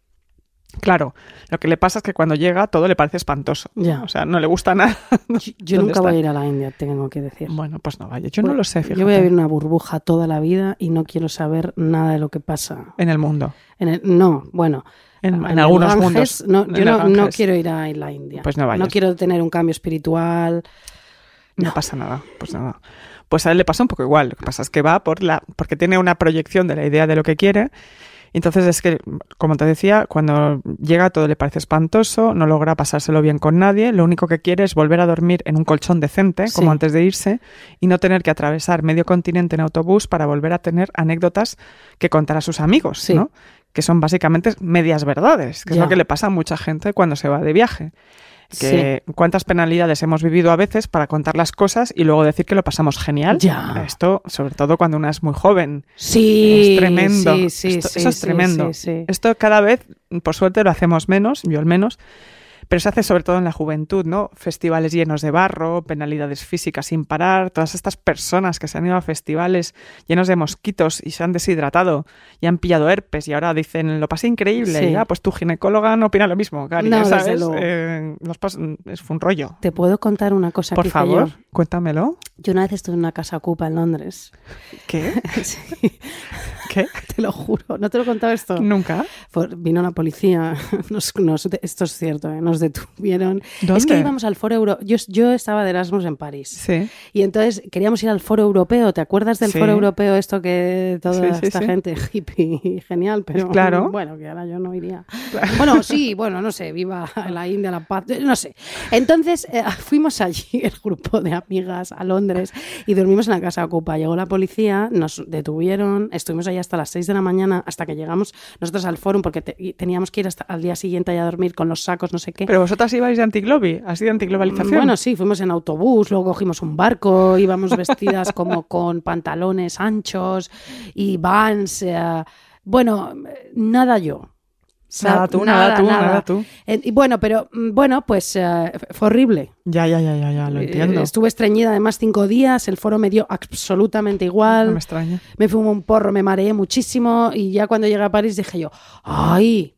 S3: Claro, lo que le pasa es que cuando llega todo le parece espantoso.
S2: Ya.
S3: O sea, no le gusta nada.
S2: Yo, yo
S3: ¿Dónde
S2: nunca voy a
S3: está?
S2: ir a la India, tengo que decir.
S3: Bueno, pues no vaya. Yo no lo sé, fíjate.
S2: Yo voy a vivir una burbuja toda la vida y no quiero saber nada de lo que pasa.
S3: En el mundo.
S2: En el- no, bueno.
S3: En- en
S2: Ah, el
S3: algunos
S2: Ganges,
S3: mundos.
S2: No,
S3: En
S2: yo
S3: el
S2: no, no
S3: Ganges.
S2: quiero ir a la India.
S3: Pues no vayas.
S2: quiero tener un cambio espiritual.
S3: No, pasa nada, pues nada. Pues a él le pasa un poco igual. Lo que pasa es que va por la, porque tiene una proyección de la idea de lo que quiere. Entonces es que, como te decía, cuando llega todo le parece espantoso, no logra pasárselo bien con nadie. Lo único que quiere es volver a dormir en un colchón decente, como
S2: Sí.
S3: antes de irse, y no tener que atravesar medio continente en autobús para volver a tener anécdotas que contar a sus amigos,
S2: Sí.
S3: ¿no? Que son básicamente medias verdades, que
S2: Ya.
S3: es lo que le pasa a mucha gente cuando se va de viaje que cuántas penalidades hemos vivido a veces para contar las cosas y luego decir que lo pasamos genial.
S2: Ya.
S3: Esto, sobre todo cuando una es muy joven.
S2: Sí,
S3: es tremendo.
S2: Sí, sí,
S3: Esto-
S2: sí,
S3: eso es
S2: sí,
S3: tremendo.
S2: sí, sí.
S3: Esto cada vez, por suerte, lo hacemos menos, yo al menos. Pero se hace sobre todo en la juventud, ¿no? Festivales llenos de barro, penalidades físicas sin parar, todas estas personas que se han ido a festivales llenos de mosquitos y se han deshidratado y han pillado herpes y ahora dicen, lo pasé increíble,
S2: Sí.
S3: y ya, pues tu ginecóloga no opina lo mismo, Cari,
S2: No,
S3: ya
S2: desde
S3: sabes,
S2: luego.
S3: eh, nos pas- es- fue un rollo.
S2: Te puedo contar una cosa
S3: Por
S2: que hice
S3: favor,
S2: yo?
S3: cuéntamelo.
S2: Yo una vez estuve en una casa ocupa en Londres.
S3: ¿Qué?
S2: Sí,
S3: ¿Qué?
S2: te lo juro. ¿No te lo he contado esto?
S3: Nunca.
S2: Fue- vino la policía, nos, nos de- esto es cierto, ¿eh? nos detuvieron. Es
S3: ¿Dónde?
S2: que íbamos al Foro Euro. Yo, yo estaba de Erasmus en París.
S3: Sí.
S2: Y entonces queríamos ir al Foro Europeo. ¿Te acuerdas del
S3: Sí.
S2: Foro Europeo? Esto que toda
S3: Sí, sí,
S2: esta
S3: sí.
S2: gente hippie y genial, pero
S3: Claro.
S2: bueno, que ahora yo no iría. Bueno, sí, bueno, no sé, viva la India, la paz, eh, no sé. Entonces eh, fuimos allí, el grupo de amigas, a Londres y dormimos en la casa Ocupa. Llegó la policía, nos detuvieron, estuvimos allí hasta las 6 de la mañana, hasta que llegamos nosotros al fórum, porque te- y teníamos que ir hasta al día siguiente allá a dormir con los sacos, no sé qué.
S3: Pero vosotras ibais de antiglobi, así de antiglobalización.
S2: Bueno, sí, fuimos en autobús, luego cogimos un barco, íbamos vestidas como con pantalones anchos y vans. eh, bueno, nada yo. O sea,
S3: Nada tú, nada tú, nada tú.
S2: Eh, y bueno, pero mm, bueno, pues eh, fue horrible.
S3: Ya, ya, ya, ya, ya, lo
S2: Eh,
S3: entiendo.
S2: Estuve estreñida además cinco días, el foro me dio absolutamente
S3: No
S2: igual.
S3: me extraña.
S2: Me fumé un porro, me mareé muchísimo y ya cuando llegué a París dije yo, ¡ay!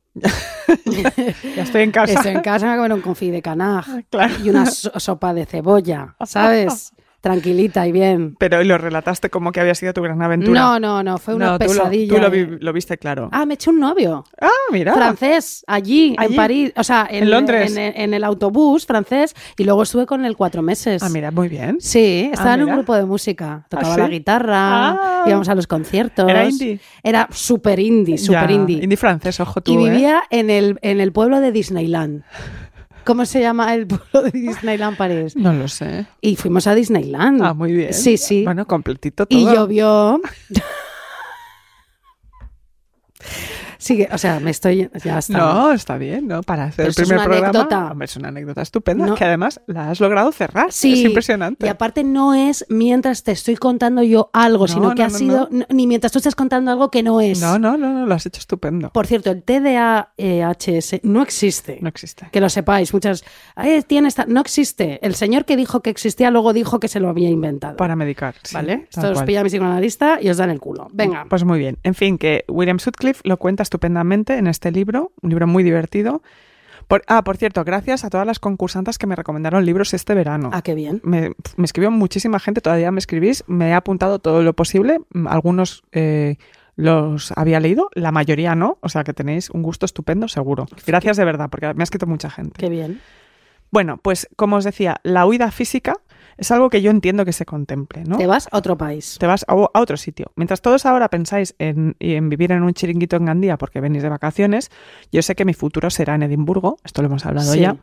S3: Ya estoy en casa. Ah,
S2: Estoy en casa, me comieron confit de canaj
S3: Claro.
S2: y una so- sopa de cebolla, ¿sabes? Tranquilita y bien.
S3: Pero lo relataste como que había sido tu gran aventura.
S2: No, no, no, fue una
S3: No, tú lo-
S2: pesadilla.
S3: Tú lo,
S2: eh.
S3: vi- lo viste claro.
S2: Ah, me eché un novio.
S3: Ah, mira.
S2: Francés, allí, en
S3: Allí.
S2: París, o sea, en,
S3: En Londres.
S2: En, en el autobús francés, y luego estuve con él cuatro meses.
S3: Ah, mira, muy bien.
S2: Sí, estaba
S3: Ah,
S2: en un
S3: mira.
S2: grupo de música. Tocaba
S3: sí?
S2: la guitarra,
S3: Ah.
S2: íbamos a los conciertos.
S3: ¿Era indie?
S2: Era súper indie, súper
S3: Ya,
S2: indie.
S3: Indie francés, ojo tú.
S2: Y
S3: ¿eh?
S2: vivía en, el, en el pueblo de Disneyland. ¿Cómo se llama el pueblo de Disneyland París?
S3: No lo sé.
S2: Y fuimos a Disneyland.
S3: Ah, muy bien.
S2: Mm. Sí, sí.
S3: Bueno, completito todo.
S2: y llovió. Sigue, o sea, me estoy. Ya está.
S3: No, está bien, ¿no? Para hacer
S2: Pero
S3: el
S2: eso es
S3: primer
S2: una
S3: programa.
S2: anécdota.
S3: Hombre, es una anécdota estupenda,
S2: No.
S3: que además la has logrado cerrar.
S2: Sí.
S3: Es impresionante.
S2: Y aparte no es mientras te estoy contando yo algo,
S3: No,
S2: sino que
S3: no,
S2: ha
S3: no,
S2: sido. n- Ni mientras tú estás contando algo que no es.
S3: No, no, no, no, lo has hecho estupendo.
S2: Por cierto, el TDAHS no existe.
S3: No existe.
S2: Que lo sepáis, muchas. "Ay, tiene esta... No existe. El señor que dijo que existía luego dijo que se lo había inventado.
S3: Para medicar. sí,
S2: ¿Vale?
S3: tal
S2: Esto os
S3: cual.
S2: pilla mi psicoanalista y os dan el culo. Venga.
S3: Pues muy bien. En fin, que William Sutcliffe lo cuenta estupendamente en este libro, un libro muy divertido. Por- ah, por cierto, gracias a todas las concursantes que me recomendaron libros este verano.
S2: Ah, qué bien.
S3: me, me escribió muchísima gente, todavía me escribís, me he apuntado todo lo posible, mm, algunos eh, los había leído, la mayoría no, o sea que tenéis un gusto estupendo seguro. Gracias de verdad, porque me ha escrito mucha gente.
S2: Qué bien.
S3: Bueno, pues como os decía, la huida física es algo que yo entiendo que se contemple, ¿no?
S2: Te vas a otro país.
S3: Te vas a, a otro sitio. Mientras todos ahora pensáis en, y en vivir en un chiringuito en Gandía porque venís de vacaciones, yo sé que mi futuro será en Edimburgo, esto lo hemos hablado
S2: Sí.
S3: ya.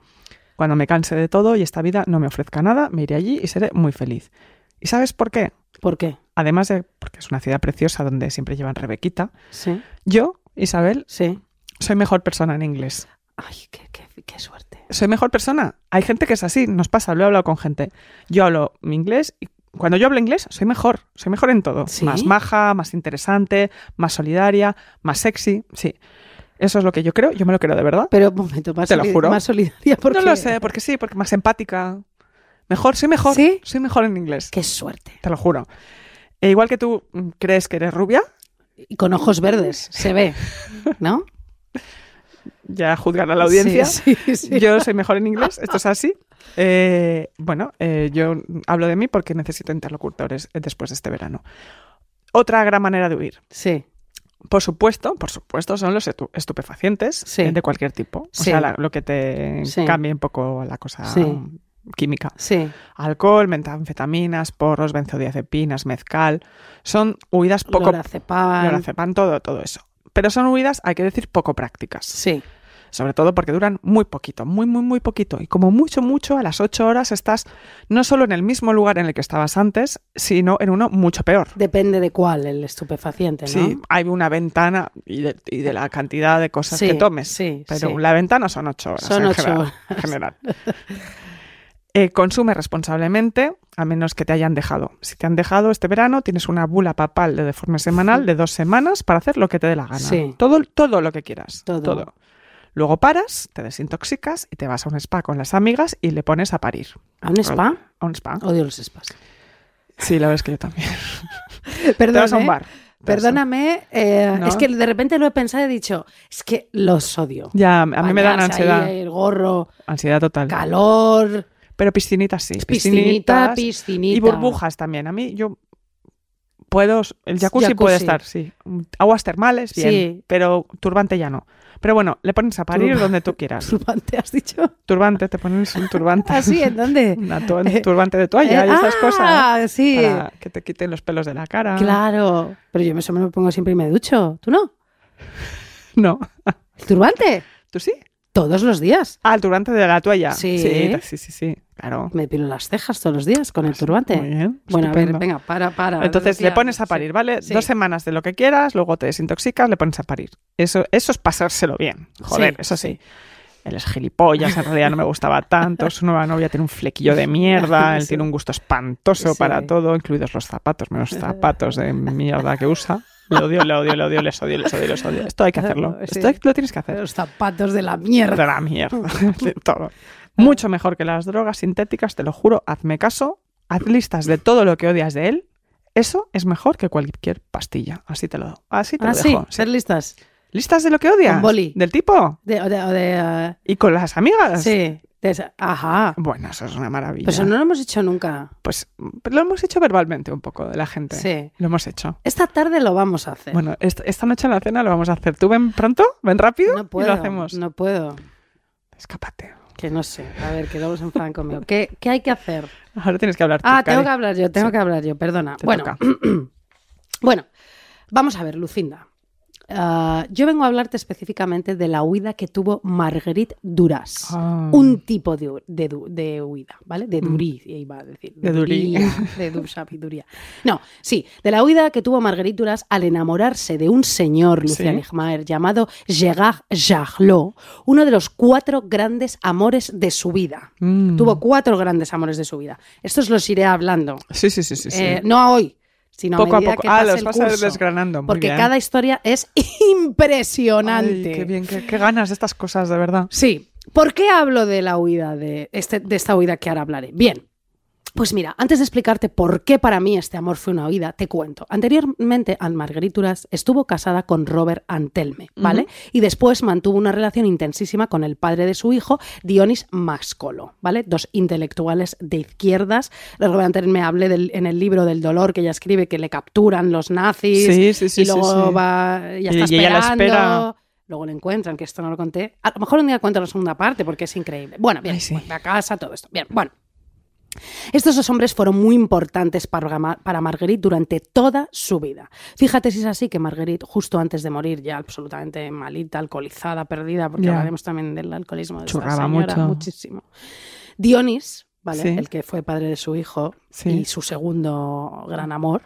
S3: Cuando me canse de todo y esta vida no me ofrezca nada, me iré allí y seré muy feliz. ¿Y sabes por qué?
S2: ¿Por qué?
S3: Además de porque es una ciudad preciosa donde siempre llevan Rebequita,
S2: Sí,
S3: yo, Isabel,
S2: sí.
S3: soy mejor persona en inglés.
S2: Ay, qué, qué- qué suerte.
S3: Soy mejor persona. Hay gente que es así, nos pasa, lo he hablado con gente. Yo hablo mi inglés y cuando yo hablo inglés soy mejor, soy mejor en todo.
S2: ¿Sí?
S3: Más maja, más interesante, más solidaria, más sexy, sí. Eso es lo que yo creo, yo me lo creo de verdad.
S2: Pero un momento, más,
S3: Te lo
S2: solid-
S3: juro.
S2: más solidaria. Porque...
S3: no lo sé, porque sí, porque más empática. Mejor, soy mejor.
S2: ¿Sí?
S3: Soy mejor en inglés.
S2: Qué suerte.
S3: Te lo juro. E igual que tú mm, crees que eres rubia,
S2: Y con ojos verdes, se ve. ¿No?
S3: ya juzgará la audiencia.
S2: Sí, sí, sí.
S3: Yo soy mejor en inglés, esto es así. Eh, bueno, eh, yo hablo de mí porque necesito interlocutores eh, después de este verano. Otra gran manera de huir.
S2: Sí.
S3: Por supuesto, por supuesto, son los estu- estupefacientes
S2: Sí.
S3: eh, de cualquier tipo. O
S2: Sí.
S3: sea, la- lo que te
S2: Sí.
S3: cambie un poco la cosa
S2: Sí.
S3: um, química.
S2: Sí.
S3: Alcohol, metanfetaminas, porros, benzodiazepinas, mezcal. Son huidas poco...
S2: Lorazepam.
S3: Lorazepam, todo, todo eso. Pero son huidas, hay que decir, poco prácticas.
S2: Sí.
S3: Sobre todo porque duran muy poquito, muy, muy, muy poquito. Y como mucho, mucho, a las ocho horas estás no solo en el mismo lugar en el que estabas antes, sino en uno mucho peor.
S2: Depende de cuál el estupefaciente, ¿no?
S3: Sí, hay una ventana y de, y de la cantidad de cosas
S2: Sí,
S3: que tomes.
S2: sí,
S3: pero
S2: sí.
S3: la ventana son ocho horas.
S2: Son
S3: en
S2: ocho
S3: general-
S2: horas.
S3: En general. Eh, consume responsablemente, a menos que te hayan dejado. Si te han dejado este verano, tienes una bula papal de deforme semanal de dos semanas para hacer lo que te dé la gana.
S2: Sí.
S3: Todo, todo lo que quieras.
S2: Todo.
S3: Luego paras, te desintoxicas y te vas a un spa con las amigas y le pones a parir.
S2: ¿A un spa?
S3: A un spa.
S2: Odio los spas.
S3: Sí, la verdad es que yo también.
S2: Perdón,
S3: te vas a un
S2: ¿eh?
S3: bar. Te vas a-
S2: Perdóname, eh,
S3: No.
S2: es que de repente lo he pensado y he dicho, es que los odio.
S3: Ya, a mí me dan
S2: Bañarse ahí,
S3: ansiedad.
S2: el gorro,
S3: Ansiedad total.
S2: calor,
S3: Pero piscinitas sí.
S2: piscinita,
S3: Piscinitas
S2: piscinita.
S3: y burbujas también. A mí yo puedo, el jacuzzi,
S2: Jacuzzi.
S3: puede estar, sí. Aguas termales, bien,
S2: Sí.
S3: pero turbante ya no. Pero bueno, le pones a parir
S2: Turba-
S3: donde tú quieras.
S2: Turbante, has dicho.
S3: Turbante, te pones un turbante.
S2: ¿Así? ¿En dónde?
S3: Una to- un turbante de toalla
S2: Ah, Eh,
S3: y esas
S2: ah,
S3: cosas.
S2: sí.
S3: Para que te quiten los pelos de la cara.
S2: Claro. Pero yo eso me lo pongo siempre y me ducho. ¿Tú no?
S3: No.
S2: ¿El turbante?
S3: ¿Tú sí?
S2: Todos los días.
S3: Ah, el turbante de la toalla.
S2: Sí.
S3: Sí, sí, sí, sí, Claro.
S2: Me pilo las cejas todos los días con el turbante.
S3: Pues, Muy bien,
S2: Bueno, a
S3: estupendo.
S2: ver, venga, para, para.
S3: Entonces le
S2: Lucía,
S3: pones a
S2: sí.
S3: parir, ¿vale?
S2: Sí.
S3: Dos semanas de lo que quieras, luego te desintoxicas, le pones a parir. Eso, eso es pasárselo bien. Joder,
S2: Sí,
S3: eso sí. Él es gilipollas, en realidad no me gustaba tanto. Su nueva novia tiene un flequillo de mierda, él
S2: Sí.
S3: tiene un gusto espantoso
S2: Sí.
S3: para todo, incluidos los zapatos, menos zapatos de mierda que usa. Le odio, le odio, le odio, les odio, les odio, les odio. Esto hay que hacerlo.
S2: Sí.
S3: Esto lo tienes que hacer.
S2: Los zapatos de la mierda.
S3: De la mierda, de todo. Mucho mejor que las drogas sintéticas, te lo juro, hazme caso, haz listas de todo lo que odias de él. Eso es mejor que cualquier pastilla. Así te lo, así te
S2: Ah,
S3: lo
S2: sí,
S3: dejo. sí.
S2: ser listas.
S3: ¿Listas de lo que odias?
S2: Con boli.
S3: ¿Del tipo?
S2: De, o de- o de, eh,
S3: ¿Y con las amigas?
S2: sí, de esa- ajá.
S3: Bueno, eso es una maravilla.
S2: Pero eso no lo hemos hecho nunca.
S3: Pues mm, lo hemos hecho verbalmente un poco de la gente.
S2: Sí.
S3: Lo hemos hecho.
S2: Esta tarde lo vamos a hacer.
S3: Bueno, est- esta noche en la cena lo vamos a hacer. ¿Tú ven pronto? ¿Ven rápido?
S2: no puedo.
S3: Y lo hacemos.
S2: No puedo.
S3: Escápate.
S2: Que no sé. A ver, que luego se enfadan conmigo. ¿Qué, qué hay que hacer?
S3: Ahora tienes que hablar tú,
S2: Ah, tengo
S3: Cari.
S2: que hablar yo, tengo
S3: ¿eh? Sí.
S2: que hablar yo, perdona.
S3: Te
S2: bueno,
S3: toca.
S2: bueno, vamos a ver, Lucinda. Ah, yo vengo a hablarte específicamente de la huida que tuvo Marguerite Duras.
S3: Ah.
S2: Un tipo de, hu- de du- de huida, ¿vale? De durí, iba a decir.
S3: Mm. De durí.
S2: duría, De du- sabiduría. No, sí, de la huida que tuvo Marguerite Duras al enamorarse de un señor, Lucía
S3: Sí.
S2: Ligmaer, llamado Gerard Jarlot, uno de los cuatro grandes amores de su vida.
S3: Mm.
S2: Tuvo cuatro grandes amores de su vida. Estos los iré hablando.
S3: Sí, sí, sí, sí. sí.
S2: Eh, no a hoy, sino
S3: poco
S2: a
S3: a
S2: medida
S3: poco.
S2: que
S3: Ah,
S2: pase
S3: los
S2: el
S3: vas a ir
S2: curso.
S3: desgranando. Muy
S2: Porque
S3: bien.
S2: cada historia es impresionante.
S3: Ay, qué bien, qué, qué ganas de estas cosas, de verdad.
S2: Sí. ¿Por qué hablo de la huida de, este- de esta huida que ahora hablaré? Bien. Pues mira, antes de explicarte por qué para mí este amor fue una huida, te cuento. Anteriormente, Anne Marguerituras estuvo casada con Robert Antelme, ¿vale? Y después mantuvo una relación intensísima con el padre de su hijo, Dionis Mascolo, ¿vale? Dos intelectuales de izquierdas. Robert Antelme hablé del- en el libro del dolor que ella escribe que le capturan los nazis
S3: Sí, sí, sí,
S2: y
S3: sí,
S2: luego
S3: sí.
S2: va, ya está
S3: Y- y ella la
S2: esperando.
S3: espera.
S2: Luego le encuentran, que esto no lo conté. A lo mejor un día cuento la segunda parte porque es increíble. Bueno, bien,
S3: Ay, sí.
S2: vuelve a casa, todo esto. Bien, bueno. Estos dos hombres fueron muy importantes para, Mar- para Marguerite durante toda su vida. Fíjate si es así que Marguerite, justo antes de morir, ya absolutamente malita, alcoholizada, perdida, porque
S3: Ya.
S2: hablaremos también del alcoholismo de esta
S3: Churraba
S2: señora,
S3: mucho.
S2: muchísimo. Dionis, ¿vale?
S3: Sí.
S2: el que fue padre de su hijo
S3: Sí.
S2: y su segundo gran amor,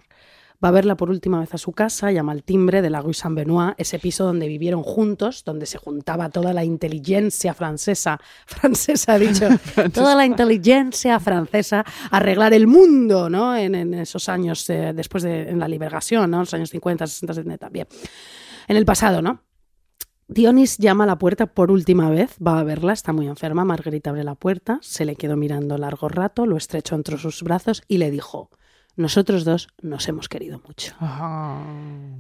S2: va a verla por última vez a su casa, llama al timbre de la Rue Saint-Benoît, ese piso donde vivieron juntos, donde se juntaba toda la inteligencia francesa, francesa ha dicho, toda la inteligencia francesa a arreglar el mundo, ¿no? En, en esos años, eh, después de en la liberación, ¿no? Los años 50, 60, 70, bien. En el pasado, ¿no? Dionis llama a la puerta por última vez, va a verla, está muy enferma, Margarita abre la puerta, se le quedó mirando largo rato, lo estrechó entre sus brazos y le dijo, nosotros dos nos hemos querido mucho.
S3: Ajá.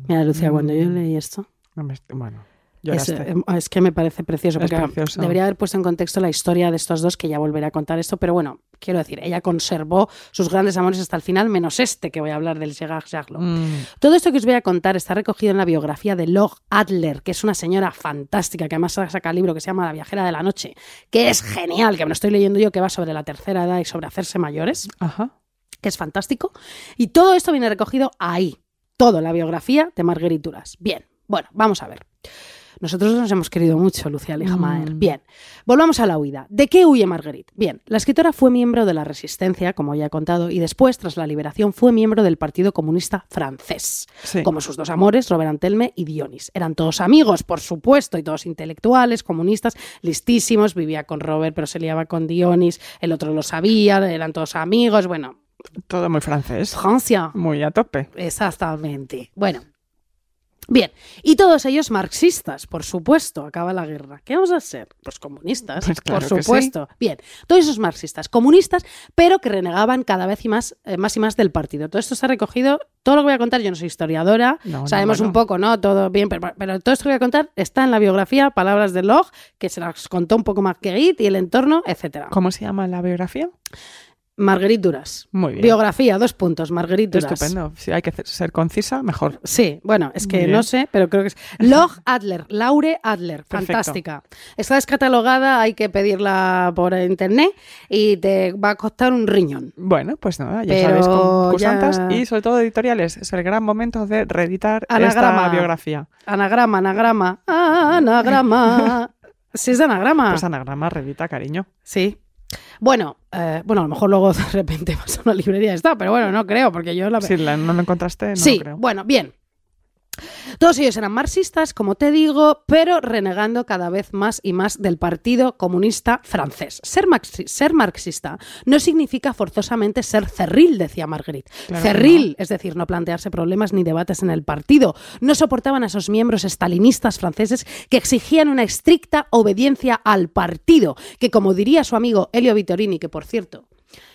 S2: Mira, Lucía, cuando yo leí esto,
S3: No me est- Bueno,
S2: Es,
S3: Mm. Lloraste.
S2: eh, es que me parece precioso.
S3: Es
S2: Porque
S3: precioso.
S2: Debería haber puesto en contexto la historia de estos dos, que ya volveré a contar esto, pero bueno, quiero decir, ella conservó sus grandes amores hasta el final, menos este que voy a hablar del Segar Charlot.
S3: Mm,
S2: Todo esto que os voy a contar está recogido en la biografía de Log Adler, que es una señora fantástica que además saca libro que se llama La viajera de la noche, que es genial, que me lo estoy leyendo yo, que va sobre la tercera edad y sobre hacerse mayores,
S3: ajá.
S2: que es fantástico. Y todo esto viene recogido ahí, todo en la biografía de Marguerituras. Bien, bueno, vamos a ver. Nosotros nos hemos querido mucho, Lucía Leija Maer.
S3: Mm.
S2: Bien, volvamos a la huida. ¿De qué huye Marguerite? Bien, la escritora fue miembro de la Resistencia, como ya he contado, y después, tras la liberación, fue miembro del Partido Comunista Francés
S3: Sí.
S2: como sus dos amores, Robert Antelme y Dionis. Eran todos amigos, por supuesto, y todos intelectuales, comunistas, listísimos. Vivía con Robert, pero se liaba con Dionis, el otro lo sabía, eran todos amigos. Bueno,
S3: Todo muy francés.
S2: Francia.
S3: Muy a tope.
S2: Exactamente. Bueno. Bien, y todos ellos marxistas, por supuesto, acaba la guerra. ¿Qué vamos a ser? Pues comunistas,
S3: Pues claro que
S2: por
S3: sí.
S2: supuesto. Bien, todos esos marxistas, comunistas, pero que renegaban cada vez y más, eh, más y más del partido. Todo esto se ha recogido, todo lo que voy a contar, yo no soy historiadora,
S3: No, no,
S2: sabemos
S3: bueno.
S2: un poco, ¿no? Todo bien, pero, pero todo esto que voy a contar está en la biografía, palabras de Log, que se las contó un poco Marguerite y el entorno, etcétera.
S3: ¿Cómo se llama la biografía?
S2: Marguerite Duras.
S3: Muy bien.
S2: Biografía, dos puntos, Marguerite Duras.
S3: Estupendo. Si hay que ce- ser concisa, mejor.
S2: Sí, bueno, es que
S3: Bien.
S2: no sé, pero creo que es. Log Adler, Laure Adler,
S3: Perfecto.
S2: fantástica. Está descatalogada, hay que pedirla por internet y te va a costar un riñón.
S3: Bueno, pues nada, ya
S2: Pero
S3: sabéis, concursantes
S2: ya-
S3: y sobre todo editoriales. Es el gran momento de reeditar
S2: Anagrama.
S3: esta biografía.
S2: Anagrama, anagrama, anagrama. Sí, es de anagrama.
S3: Pues anagrama, reedita, cariño.
S2: Sí. Bueno, eh, bueno, a lo mejor luego de repente vas a una librería y está, pero bueno, no creo, porque yo la
S3: Si la- no lo encontraste, no
S2: sí,
S3: lo creo.
S2: bueno, bien. Todos ellos eran marxistas, como te digo, pero renegando cada vez más y más del Partido Comunista Francés. Ser, marxi- ser marxista no significa forzosamente ser cerril, decía Marguerite.
S3: Claro que
S2: cerril, es decir, no plantearse problemas ni debates en el partido. No soportaban a esos miembros estalinistas franceses que exigían una estricta obediencia al partido, que como diría su amigo Elio Vittorini, que por cierto,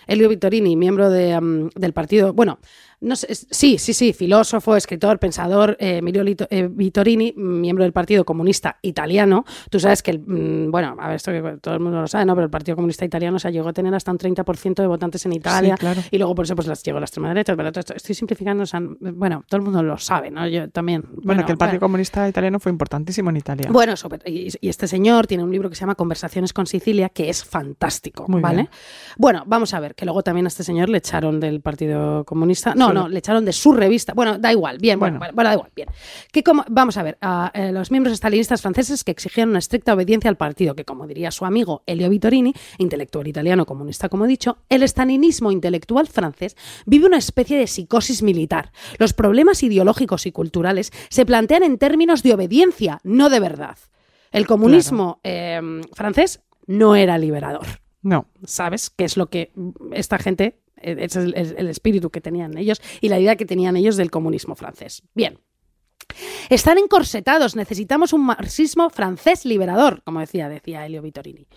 S2: Elio Vittorini, miembro de, mm, del partido, bueno, no sé, es- sí, sí, sí, filósofo, escritor, pensador, eh, Emilio Lito- eh, Vittorini, miembro del Partido Comunista Italiano. Tú sabes que, el, mm, bueno, a ver, esto que todo el mundo lo sabe, ¿no? Pero el Partido Comunista Italiano se llegó a tener hasta un 30% de votantes en Italia.
S3: Sí, claro.
S2: Y luego por eso pues las llegó la extrema derecha. Pero todo esto- estoy simplificando, o sea, bueno, todo el mundo lo sabe, ¿no? Yo también.
S3: Bueno, que el Partido
S2: bueno.
S3: Comunista Italiano fue importantísimo en Italia.
S2: Bueno, sobre- y, y este señor tiene un libro que se llama Conversaciones con Sicilia, que es fantástico,
S3: Muy
S2: ¿vale?
S3: bien.
S2: Bueno, vamos a ver, que luego también a este señor le echaron del Partido Comunista. No,
S3: Sí.
S2: no, le echaron de su revista. Bueno, da igual, bien, bueno,
S3: Bueno.
S2: bueno, bueno, da igual, bien. Que como, vamos a ver, a, eh, los miembros estalinistas franceses que exigían una estricta obediencia al partido, que como diría su amigo Elio Vittorini, intelectual italiano comunista, como he dicho, el estalinismo intelectual francés vive una especie de psicosis militar. Los problemas ideológicos y culturales se plantean en términos de obediencia, no de verdad. El comunismo eh, francés no era liberador.
S3: No,
S2: ¿sabes? Que es lo que mm, esta gente, eh, ese es el, es el espíritu que tenían ellos y la idea que tenían ellos del comunismo francés. Bien. Están encorsetados, necesitamos un marxismo francés liberador, como decía, decía Elio Vittorini.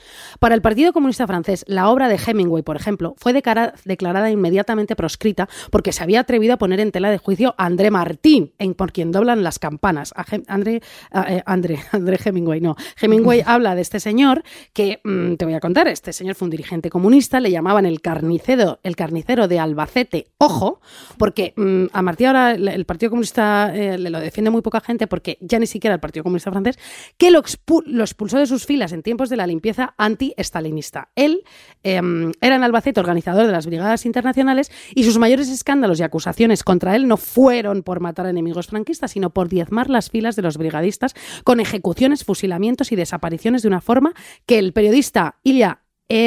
S2: Para el Partido Comunista Francés, la obra de Hemingway, por ejemplo, fue decara- declarada inmediatamente proscrita porque se había atrevido a poner en tela de juicio a André Martín, en por quien doblan las campanas. A Hem- André, a, eh, André, André Hemingway, no. Hemingway habla de este señor que, mm, te voy a contar, este señor fue un dirigente comunista, le llamaban el carnicero, el carnicero de Albacete, ojo, porque mm, a Martí ahora el, el Partido Comunista eh, le lo defiende muy poca gente porque ya ni siquiera el Partido Comunista francés, que lo, expu- lo expulsó de sus filas en tiempos de la limpieza anti-estalinista. Él em, era en Albacete organizador de las brigadas internacionales y sus mayores escándalos y acusaciones contra él no fueron por matar a enemigos franquistas, sino por diezmar las filas de los brigadistas con ejecuciones, fusilamientos y desapariciones de una forma que el periodista Ilya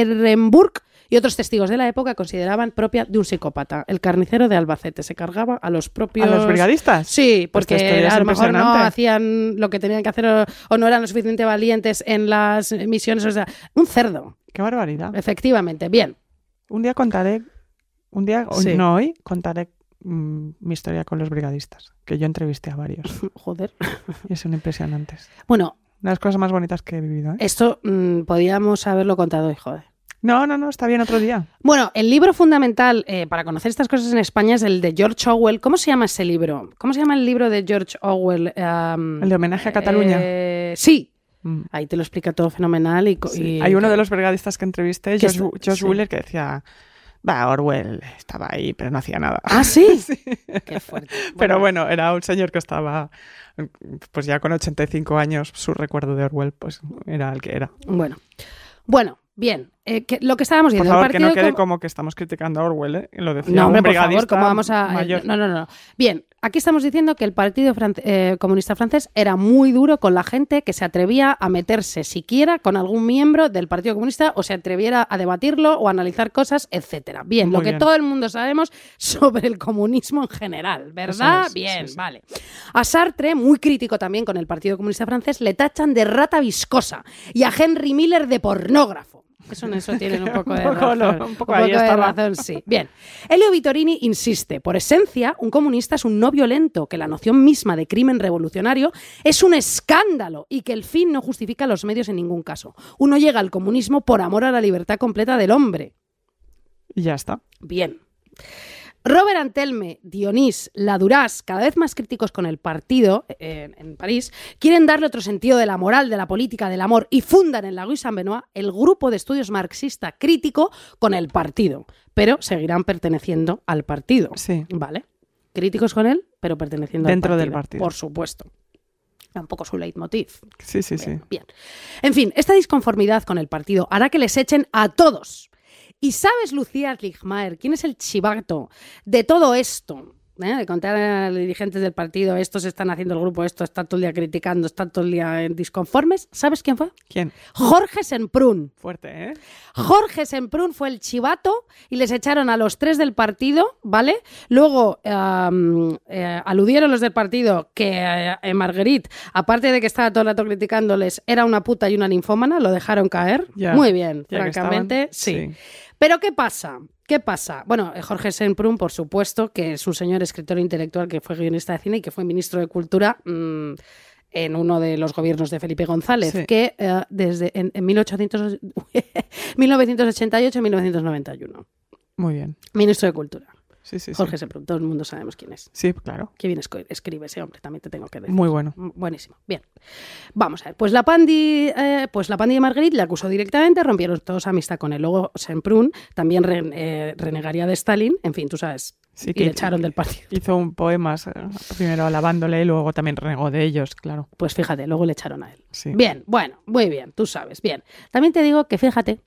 S2: Ehrenburg y otros testigos de la época consideraban propia de un psicópata. El carnicero de Albacete se cargaba a los propios...
S3: a los brigadistas. Pues
S2: Sí, porque
S3: esto ya es
S2: a lo mejor no
S3: impresionante.
S2: hacían lo que tenían que hacer o, o no eran lo suficientemente valientes en las misiones. O sea, un cerdo,
S3: Qué
S2: Eh.
S3: barbaridad.
S2: efectivamente. Bien.
S3: Un día contaré, un día, o-
S2: Sí.
S3: no hoy, contaré mm, mi historia con los brigadistas, que yo entrevisté a varios
S2: Joder.
S3: y son impresionantes.
S2: Bueno,
S3: Una de las cosas más bonitas que he vivido. ¿eh?
S2: esto mm, podíamos haberlo contado hoy, joder.
S3: No, no, no, está bien otro día.
S2: Bueno, el libro fundamental eh, para conocer estas cosas en España es el de George Orwell. ¿Cómo se llama ese libro? ¿Cómo se llama el libro de George Orwell? Um,
S3: El de homenaje a Cataluña.
S2: eh, eh, sí.
S3: Mm.
S2: Ahí te lo explica todo fenomenal. Y, co-
S3: Sí.
S2: y-
S3: Hay uno de los brigadistas que entrevisté,
S2: Que
S3: Josh,
S2: es-
S3: Josh
S2: sí.
S3: Wheeler, que decía, va, Orwell estaba ahí, pero no hacía nada.
S2: Ah, sí. Qué fuerte.
S3: Pero bueno, era un señor que estaba, pues ya con 85 años, su recuerdo de Orwell, pues era el que era.
S2: Bueno, bueno bien. eh, que- lo que estábamos
S3: Por
S2: diciendo.
S3: favor,
S2: el
S3: que no
S2: partido
S3: quede
S2: com-
S3: como que estamos criticando a Orwell, ¿eh? Lo decía
S2: No, hombre,
S3: un
S2: por favor,
S3: brigadista
S2: ¿cómo vamos a...? eh,
S3: mayor.
S2: No, no, no. no. Bien, aquí estamos diciendo que el Partido Fran- eh, Comunista Francés era muy duro con la gente que se atrevía a meterse siquiera con algún miembro del Partido Comunista o se atreviera a debatirlo o a analizar cosas, etcétera. Bien,
S3: Muy
S2: lo que
S3: bien.
S2: todo el mundo sabemos sobre el comunismo en general, ¿verdad?
S3: Eso es,
S2: bien,
S3: sí, sí.
S2: vale. A Sartre, muy crítico también con el Partido Comunista Francés, le tachan de rata viscosa y a Henry Miller de pornógrafo. Eso en eso tienen un poco de
S3: Un poco
S2: razón.
S3: lo- un poco ahí
S2: de
S3: estaba.
S2: razón razón, sí. Bien. Elio Vitorini insiste, por esencia, un comunista es un no violento, que la noción misma de crimen revolucionario es un escándalo y que el fin no justifica los medios en ningún caso. Uno llega al comunismo por amor a la libertad completa del hombre.
S3: Y ya está.
S2: Bien. Robert Antelme, Dionís, Ladurás, cada vez más críticos con el partido eh, en París, quieren darle otro sentido de la moral, de la política, del amor y fundan en la Guy Saint Benoît el grupo de estudios marxista crítico con el partido, pero seguirán perteneciendo al partido.
S3: Sí.
S2: ¿Vale? Críticos con él, pero perteneciendo
S3: Dentro
S2: al
S3: del partido.
S2: Por supuesto. Era un poco su leitmotiv.
S3: Sí, sí, sí.
S2: Bien, bien. En fin, esta disconformidad con el partido hará que les echen a todos. ¿Y sabes, Lucía Ligmaer, quién es el chivato de todo esto? ¿Eh? De contar a los dirigentes del partido, estos están haciendo el grupo, esto están todo el día criticando, están todo el día en disconformes. ¿Sabes quién fue?
S3: ¿Quién?
S2: Jorge Semprún.
S3: Fuerte, ¿eh?
S2: Jorge Semprún fue el chivato y les echaron a los tres del partido, ¿vale? Luego am, eh, aludieron los del partido que eh, eh, Marguerite, aparte de que estaba todo el rato criticándoles, era una puta y una ninfómana, lo dejaron caer.
S3: Ya.
S2: Muy bien,
S3: Ya que
S2: francamente,
S3: estaban,
S2: sí.
S3: sí.
S2: Pero ¿qué pasa? ¿Qué pasa? Bueno, eh, Jorge Semprún, por supuesto, que es un señor escritor intelectual que fue guionista de cine y que fue ministro de Cultura mm, en uno de los gobiernos de Felipe González,
S3: Sí.
S2: que eh, desde en, en 1800 1988 y 1991.
S3: Muy bien.
S2: Ministro de Cultura.
S3: Sí, sí, sí.
S2: Jorge Semprún, todo el mundo sabemos quién es.
S3: Sí, claro.
S2: Qué bien esco- escribe ese hombre, también te tengo que decir.
S3: Muy bueno.
S2: Mm, Buenísimo. Bien. Vamos a ver. Pues la Pandi, eh, pues la Pandi de Marguerite le acusó directamente, rompieron todos amistad con él. Luego Semprún también re- eh, renegaría de Stalin. En fin, tú sabes.
S3: Sí,
S2: y
S3: que-
S2: le echaron del partido.
S3: Hizo un poema eh, primero alabándole y luego también renegó de ellos, claro.
S2: Pues fíjate, luego le echaron a él.
S3: Sí.
S2: Bien, bueno, muy bien, tú sabes, bien. También te digo que fíjate,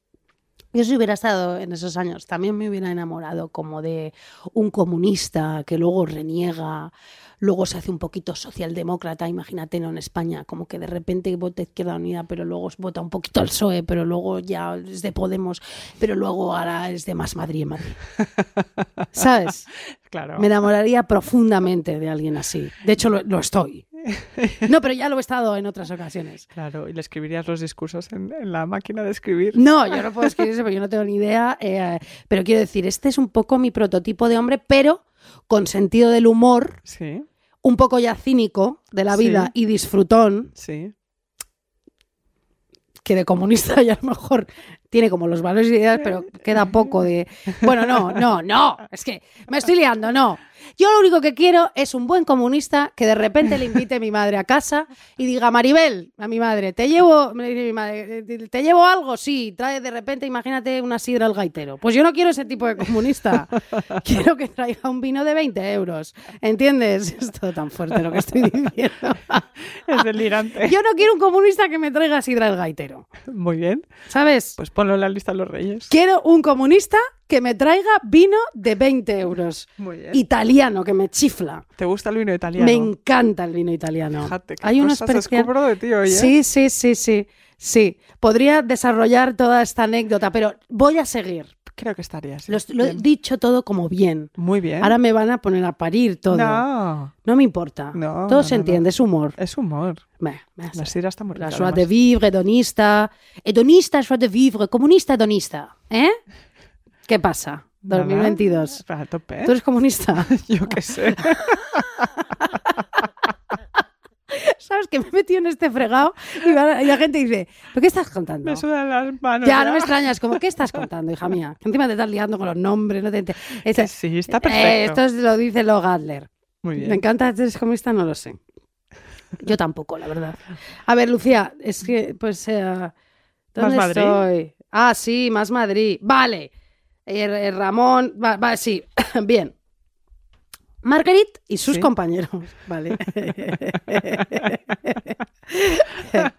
S2: yo si hubiera estado en esos años, también me hubiera enamorado como de un comunista que luego reniega, luego se hace un poquito socialdemócrata, imagínate ¿no? en España, como que de repente vota Izquierda Unida, pero luego vota un poquito al PSOE, E, pero luego ya es de Podemos, pero luego ahora es de Más Madrid en Madrid. ¿Sabes?
S3: Claro.
S2: Me enamoraría profundamente de alguien así. De hecho, lo, lo estoy. No, pero ya lo he estado en otras ocasiones.
S3: Claro, y le escribirías los discursos en, en la máquina de escribir.
S2: No, yo no puedo escribir eso porque yo no tengo ni idea. eh, pero quiero decir, este es un poco mi prototipo de hombre, pero con sentido del humor,
S3: Sí,
S2: un poco ya cínico de la
S3: Sí.
S2: vida y disfrutón,
S3: sí.
S2: que de comunista ya a lo mejor tiene como los valores y ideas, pero queda poco de. Bueno, no, no, no. Es que me estoy liando, no. Yo lo único que quiero es un buen comunista que de repente le invite a mi madre a casa y diga, Maribel, a mi madre, te llevo, me dice mi madre, "¿Te- te llevo algo, sí, trae de repente, imagínate, una sidra al gaitero. Pues yo no quiero ese tipo de comunista. Quiero que traiga un vino de 20 euros. ¿Entiendes? Es todo tan fuerte lo que estoy diciendo.
S3: Es delirante.
S2: Ah, Yo no quiero un comunista que me traiga sidra al gaitero.
S3: Muy bien.
S2: ¿Sabes?
S3: Pues ponlo en la lista de los reyes.
S2: Quiero un comunista que me traiga vino de 20 euros.
S3: Muy bien.
S2: Italiano, que me chifla.
S3: ¿Te gusta el vino italiano?
S2: Me encanta el vino italiano.
S3: Fíjate, qué
S2: Hay una
S3: cosas descubro de ti hoy, ¿eh?
S2: Sí, sí, sí, sí. Sí, podría desarrollar toda esta anécdota, pero voy a seguir.
S3: Creo que estarías.
S2: Lo, lo he dicho todo como bien.
S3: Muy bien.
S2: Ahora me van a poner a parir todo.
S3: No,
S2: No me importa.
S3: No,
S2: todo
S3: no,
S2: se
S3: no,
S2: entiende,
S3: no.
S2: es humor.
S3: es humor.
S2: Meh, meh,
S3: La sidra está muy rica.
S2: La joie de
S3: además.
S2: vivre, hedonista. Hedonista, joie de vivre, comunista, hedonista. ¿Eh? ¿Qué pasa?
S3: Nada.
S2: 2022.
S3: A tope, ¿eh?
S2: ¿Tú eres comunista?
S3: Yo qué sé.
S2: ¿Sabes que me he metido en este fregado? Y, va- y la gente dice, ¿pero qué estás contando?
S3: Me sudan las manos.
S2: Ya, no me extrañas, como, ¿qué estás contando, hija mía? Que encima te estás liando con los nombres, no te ente- Este-
S3: Ah, Sí, está
S2: Eh,
S3: perfecto.
S2: esto es- lo dice Log Adler.
S3: Muy
S2: ¿Me
S3: bien.
S2: encanta eres comunista? No lo sé. Yo tampoco, la verdad. A ver, Lucía, es que, pues, eh, ¿dónde
S3: Más Madrid.
S2: estoy? Ah, sí, más Madrid. Vale. Eh, eh, Ramón, va, va, sí, bien. Marguerite y sus
S3: Sí.
S2: compañeros. Vale.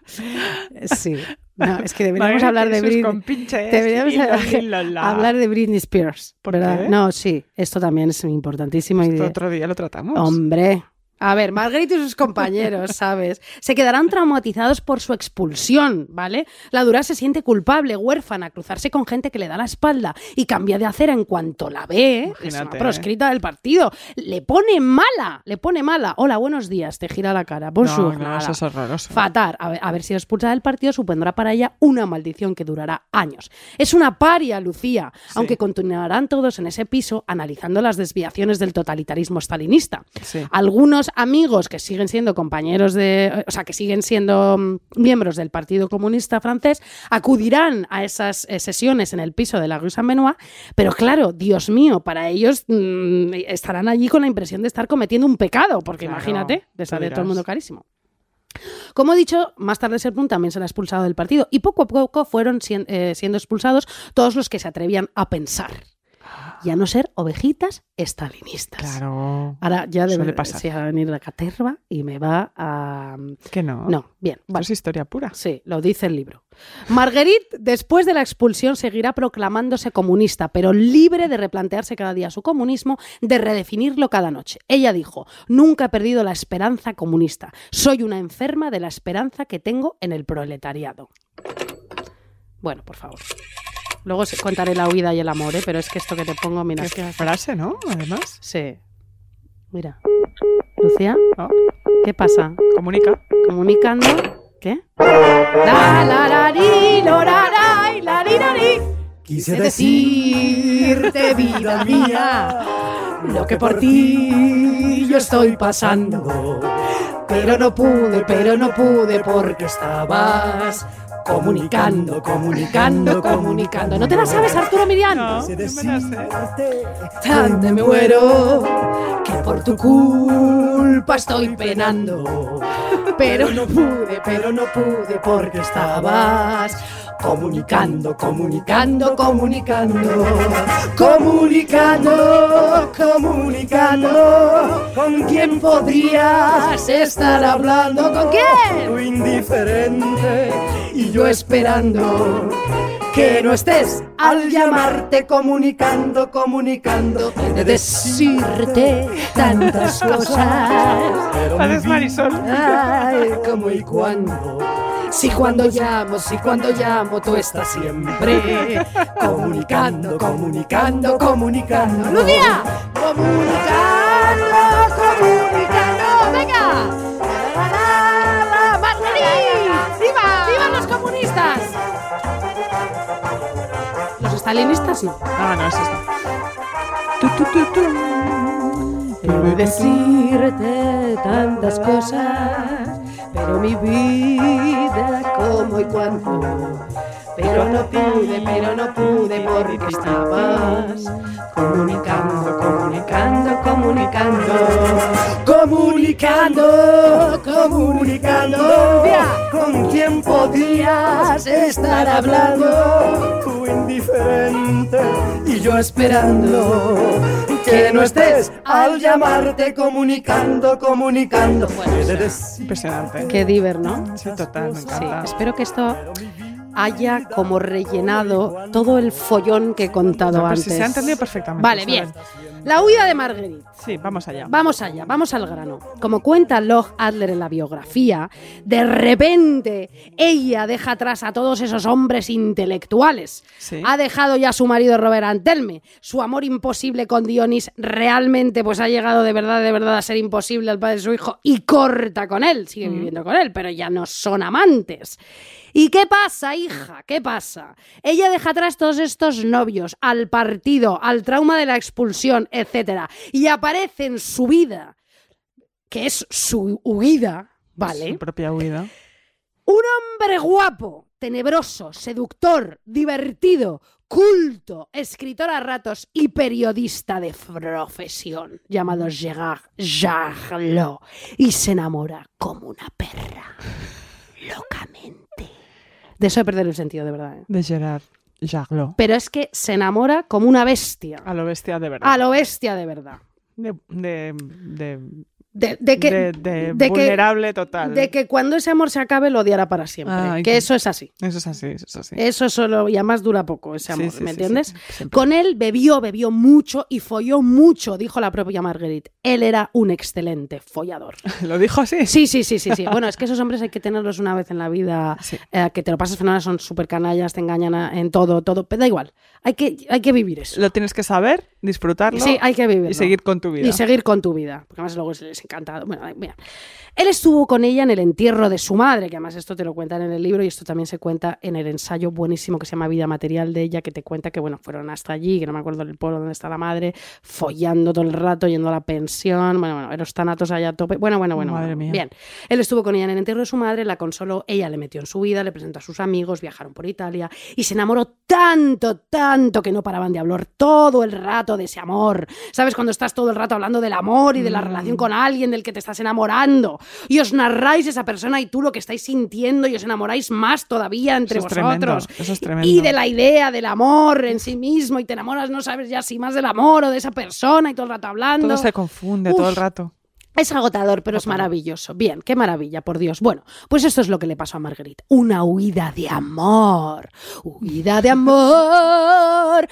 S2: sí. No, es que deberíamos
S3: Margarita
S2: hablar
S3: y
S2: de
S3: sus
S2: Britney.
S3: compinches,
S2: deberíamos
S3: y la,
S2: hablar-
S3: y la, la.
S2: Hablar de Britney Spears.
S3: ¿Por
S2: ¿verdad?
S3: qué?
S2: No, sí, esto también es importantísimo. y
S3: Esto
S2: de-
S3: otro día lo tratamos.
S2: Hombre. A ver, Margarita y sus compañeros, ¿sabes? Se quedarán traumatizados por su expulsión, ¿vale? La Dura se siente culpable, huérfana, cruzarse con gente que le da la espalda y cambia de acera en cuanto la ve. Es una
S3: Imagínate, ¿eh?
S2: proscrita del partido. Le pone mala, le pone mala. Hola, buenos días, te gira la cara. Bonjour,
S3: no, no,
S2: nada.
S3: eso es horroroso.
S2: Fatal. A ver, haber sido expulsada del partido supondrá para ella una maldición que durará años. Es una paria, Lucía, aunque continuarán todos en ese piso analizando las desviaciones del totalitarismo stalinista.
S3: Sí.
S2: Algunos amigos que siguen siendo compañeros de, o sea, que siguen siendo mm, miembros del Partido Comunista Francés, acudirán a esas eh, sesiones en el piso de la Rue Saint-Benoît, pero claro, Dios mío, para ellos mm, estarán allí con la impresión de estar cometiendo un pecado, porque
S3: Claro,
S2: imagínate,
S3: tú
S2: les sale todo el
S3: dirás.
S2: mundo carísimo. Como he dicho, más tarde Serpun también será expulsado del partido y poco a poco fueron sien- eh, siendo expulsados todos los que se atrevían a pensar y a no ser ovejitas estalinistas.
S3: Claro.
S2: Ahora ya debe
S3: Suele
S2: verdad
S3: pasar. Ah.
S2: sí, va a venir la caterva y me va a...
S3: Que no.
S2: No, bien,
S3: Esto
S2: vale.
S3: es historia pura.
S2: Sí, lo dice el libro. Marguerite, después de la expulsión, seguirá proclamándose comunista, pero libre de replantearse cada día su comunismo, de redefinirlo cada noche. Ella dijo, nunca he perdido la esperanza comunista. Soy una enferma de la esperanza que tengo en el proletariado. Bueno, por favor. Luego os contaré la huida y el amor, ¿eh? pero es que esto que te pongo, mira.
S3: Qué frase, ¿no? Además.
S2: Sí. Mira. Lucía,
S3: Oh,
S2: ¿qué pasa?
S3: comunica.
S2: comunicando. ¿Qué? La, la, la, ri, lo, la, la, y la, ri, la, ri. Quise
S5: Quise
S2: decirte, vida mía, lo que por ti yo estoy pasando. Pero no pude, pero no pude porque estabas comunicando, comunicando, comunicando. ¿No te la sabes, Arturo Miriam? Tanto Este me muero que por tu culpa estoy penando. Pero no pude, pero no pude porque estabas comunicando, comunicando, comunicando.
S5: Comunicando, comunicando, ¿con quién podrías estar hablando? ¿Con quién? Tú indiferente y yo esperando que no estés al llamarte comunicando, comunicando, de decirte tantas cosas. Pero mi
S3: Haces Marisol.
S5: Ay, cómo y cuándo. Si cuando llamo, si cuando llamo, tú estás siempre comunicando, comunicando, comunicando.
S2: ¡Lucía!
S5: Comunicando, comunicando.
S2: ¡Venga! ¡Marguerite! ¡Viva! ¡Viva los comunistas! Los estalinistas no.
S3: Ah, No, no, eso es no.
S2: Quiero decirte tantas cosas, pero mi vida como y cuánto. Pero no pude, pero no pude porque estabas comunicando, comunicando, comunicando.
S5: Comunicando, comunicando. ¿Con quién podías estar hablando? Tú indiferente y yo esperando que no estés al llamarte comunicando, comunicando.
S3: Impresionante.
S2: Qué diver, ¿no?
S3: Sí, total, me
S2: Sí,
S3: encanta.
S2: espero que esto haya como rellenado todo el follón que he contado
S3: Pero
S2: antes.
S3: si se ha entendido pues, perfectamente.
S2: Vale,
S3: Isabel.
S2: bien. La huida de Marguerite.
S3: Sí, vamos allá.
S2: Vamos allá, vamos al grano. Como cuenta Log Adler en la biografía, de repente ella deja atrás a todos esos hombres intelectuales.
S3: Sí.
S2: Ha dejado ya a su marido Robert Antelme. Su amor imposible con Dionis realmente pues ha llegado de verdad, de verdad a ser imposible al padre de su hijo y corta con él, sigue viviendo con él, pero ya no son amantes. ¿Y qué pasa, hija? ¿Qué pasa? Ella deja atrás todos estos novios, al partido, al trauma de la expulsión, etc. Y aparece en su vida, que es su huida, ¿vale?
S3: Su propia huida.
S2: Un hombre guapo, tenebroso, seductor, divertido, culto, escritor a ratos y periodista de profesión, llamado Gerard Jarlot, y se enamora como una perra, locamente. De eso he perdido el sentido, de verdad. ¿eh?
S3: De Gerard Jarlot.
S2: Pero es que se enamora como una bestia,
S3: A lo bestia de verdad.
S2: a lo bestia de verdad.
S3: De, de, de-
S2: De, de que,
S3: de- de
S2: de que-
S3: vulnerable total.
S2: de que cuando ese amor se acabe lo odiará para siempre.
S3: Ay,
S2: que
S3: qué-
S2: eso es así.
S3: Eso es así, eso es así.
S2: Eso solo, y además dura poco ese
S3: Sí,
S2: amor,
S3: sí,
S2: Eh, ¿me
S3: sí, sí.
S2: entiendes?
S3: Siempre.
S2: Con él bebió, bebió mucho y folló mucho, dijo la propia Marguerite. Él era un excelente follador.
S3: Lo dijo así.
S2: Sí, sí, sí, sí, sí. Bueno, es que esos hombres hay que tenerlos una vez en la vida,
S3: Sí.
S2: eh, que te lo pasas fenomenal, son súper canallas, te engañan a- en todo, todo, pero da igual. Hay que, hay que vivir eso.
S3: Lo tienes que saber, disfrutarlo
S2: Sí, hay que vivirlo.
S3: y seguir con tu vida.
S2: Y seguir con tu vida. Porque además luego les encanta. Bueno, ay, mira. Él estuvo con ella en el entierro de su madre, que además esto te lo cuentan en el libro y esto también se cuenta en el ensayo buenísimo que se llama Vida Material de ella, que te cuenta que, bueno, fueron hasta allí, que no me acuerdo del pueblo donde está la madre, follando todo el rato, yendo a la pensión, bueno, bueno, eros tanatos allá a tope. Bueno, bueno, bueno.
S3: Madre
S2: bueno.
S3: mía.
S2: Bien. Él estuvo con ella en el entierro de su madre, la consoló, ella le metió en su vida, le presentó a sus amigos, viajaron por Italia y se enamoró tanto, tanto que no paraban de hablar todo el rato de ese amor. ¿Sabes? Cuando estás todo el rato hablando del amor y de la
S3: Mm.
S2: relación con alguien del que te estás enamorando y os narráis esa persona y tú lo que estáis sintiendo y os enamoráis más todavía entre
S3: Eso es
S2: vosotros.
S3: tremendo, eso es tremendo.
S2: Y de la idea del amor en sí mismo y te enamoras, no sabes ya si más del amor o de esa persona y todo el rato hablando.
S3: Todo este se confunde
S2: Uf.
S3: todo el rato.
S2: Es agotador, pero es maravilloso. Bien, qué maravilla, por Dios. Bueno, pues esto es lo que le pasó a Marguerite. Una huida de amor. Huida de amor,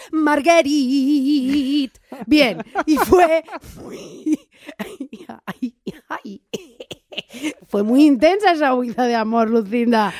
S2: Marguerite. Bien, y fue muy... ay, ay, ay. Fue muy intensa esa huida de amor, Lucinda.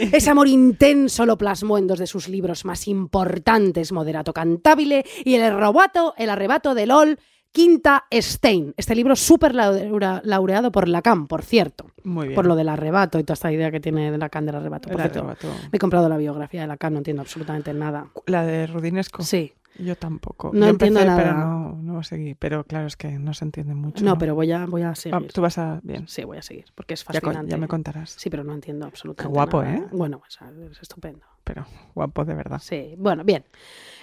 S2: Ese amor intenso lo plasmó en dos de sus libros más importantes, Moderato Cantabile y El arrebato, el arrebato del Ol Quinta Stein. Este libro súper laura- laureado por Lacan, por cierto.
S3: Muy bien.
S2: Por lo del arrebato y toda esta idea que tiene de Lacan del arrebato. Por
S3: El
S2: cierto,
S3: arrebato.
S2: me he comprado la biografía de Lacan, no entiendo absolutamente nada.
S3: La de Rudinesco.
S2: Sí,
S3: Yo tampoco.
S2: No
S3: Yo
S2: entiendo
S3: empecé,
S2: nada.
S3: pero no, no seguí. Pero claro, es que no se entiende mucho.
S2: no, pero voy a, voy a
S3: Ah,
S2: seguir.
S3: Tú vas a... Bien.
S2: Sí, voy a seguir, porque es
S3: Ya, con-
S2: fascinante.
S3: ya me contarás.
S2: Sí, pero no entiendo absolutamente
S3: Qué guapo,
S2: nada.
S3: ¿eh?
S2: Bueno, o sea, es estupendo.
S3: Pero guapo, de verdad.
S2: Sí, bueno, bien.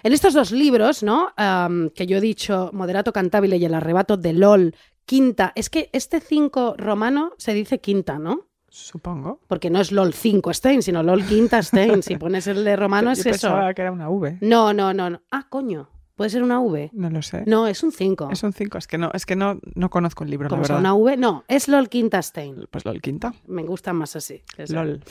S2: En estos dos libros, ¿no? Am, que yo he dicho, Moderato Cantabile y El arrebato de LOL, quinta. Es que este 5 romano se dice quinta, ¿no?
S3: Supongo.
S2: Porque no es LOL 5 Stein, sino LOL quinta Stein. Si pones el de romano Ah, es
S3: Yo
S2: eso.
S3: pensaba que era una V.
S2: No, no, no, no. Ah, coño. ¿Puede ser una V?
S3: No lo sé.
S2: No, es un 5.
S3: Es un 5. Es que no, es que no, no conozco el libro, la
S2: Como sea
S3: verdad.
S2: una V, no, es LOL quinta Stein.
S3: Pues LOL quinta.
S2: Me gusta más así. que sea.
S3: LOL.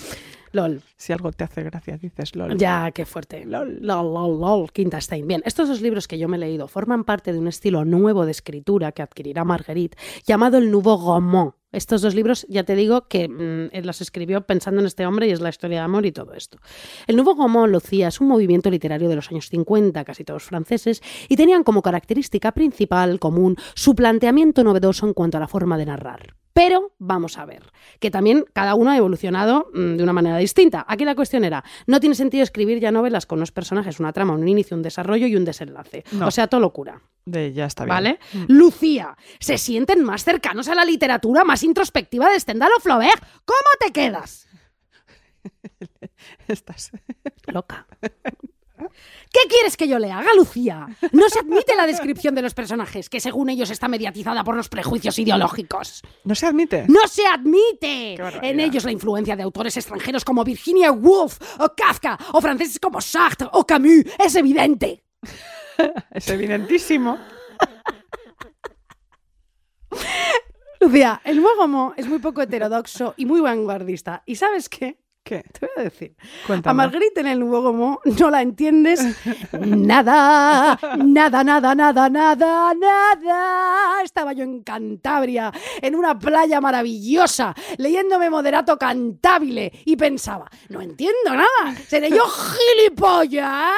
S2: LOL.
S3: Si algo te hace gracia, dices LOL.
S2: Ya, qué fuerte. Lol, lol, lol, lol, Quinta Stein. Bien, estos dos libros que yo me he leído forman parte de un estilo nuevo de escritura que adquirirá Marguerite, llamado el Nouveau Roman. Estos dos libros, ya te digo que mm, él los escribió pensando en este hombre y es la historia de amor y todo esto. El Nouveau Roman, Lucía, es un movimiento literario de los años 50, casi todos franceses, y tenían como característica principal común su planteamiento novedoso en cuanto a la forma de narrar. Pero vamos a ver, que también cada uno ha evolucionado mm, de una manera distinta. Aquí la cuestión era, no tiene sentido escribir ya novelas con unos personajes, una trama, un inicio, un desarrollo y un desenlace.
S3: No.
S2: O sea, todo locura.
S3: De ya está bien. Mm.
S2: ¿Vale? Lucía, se sienten más cercanos a la literatura más introspectiva de Stendhal o Flaubert. ¿Cómo te quedas?
S3: Estás.
S2: Loca. ¿Qué quieres que yo le haga, Lucía? No se admite la descripción de los personajes, que según ellos está mediatizada por los prejuicios ideológicos.
S3: No se admite.
S2: ¡No se admite!
S3: Qué barbaridad.
S2: En ellos la influencia de autores extranjeros como Virginia Woolf, o Kafka, o franceses como Sartre, o Camus, es evidente.
S3: Es evidentísimo.
S2: Lucía, el Muegomo es muy poco heterodoxo y muy vanguardista. ¿Y sabes qué?
S3: ¿Qué?
S2: Te voy a decir.
S3: Cuéntame.
S2: A Marguerite en el Muegomo no la entiendes nada, nada, nada, nada, nada, nada. Estaba yo en Cantabria, en una playa maravillosa, leyéndome moderato cantabile y pensaba, no entiendo nada, seré yo gilipollas.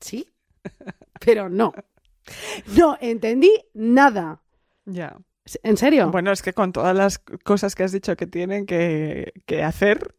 S2: Sí, pero no. No entendí nada.
S3: Ya.
S2: ¿En serio?
S3: Bueno, es que con todas las cosas que has dicho que tienen que, que hacer,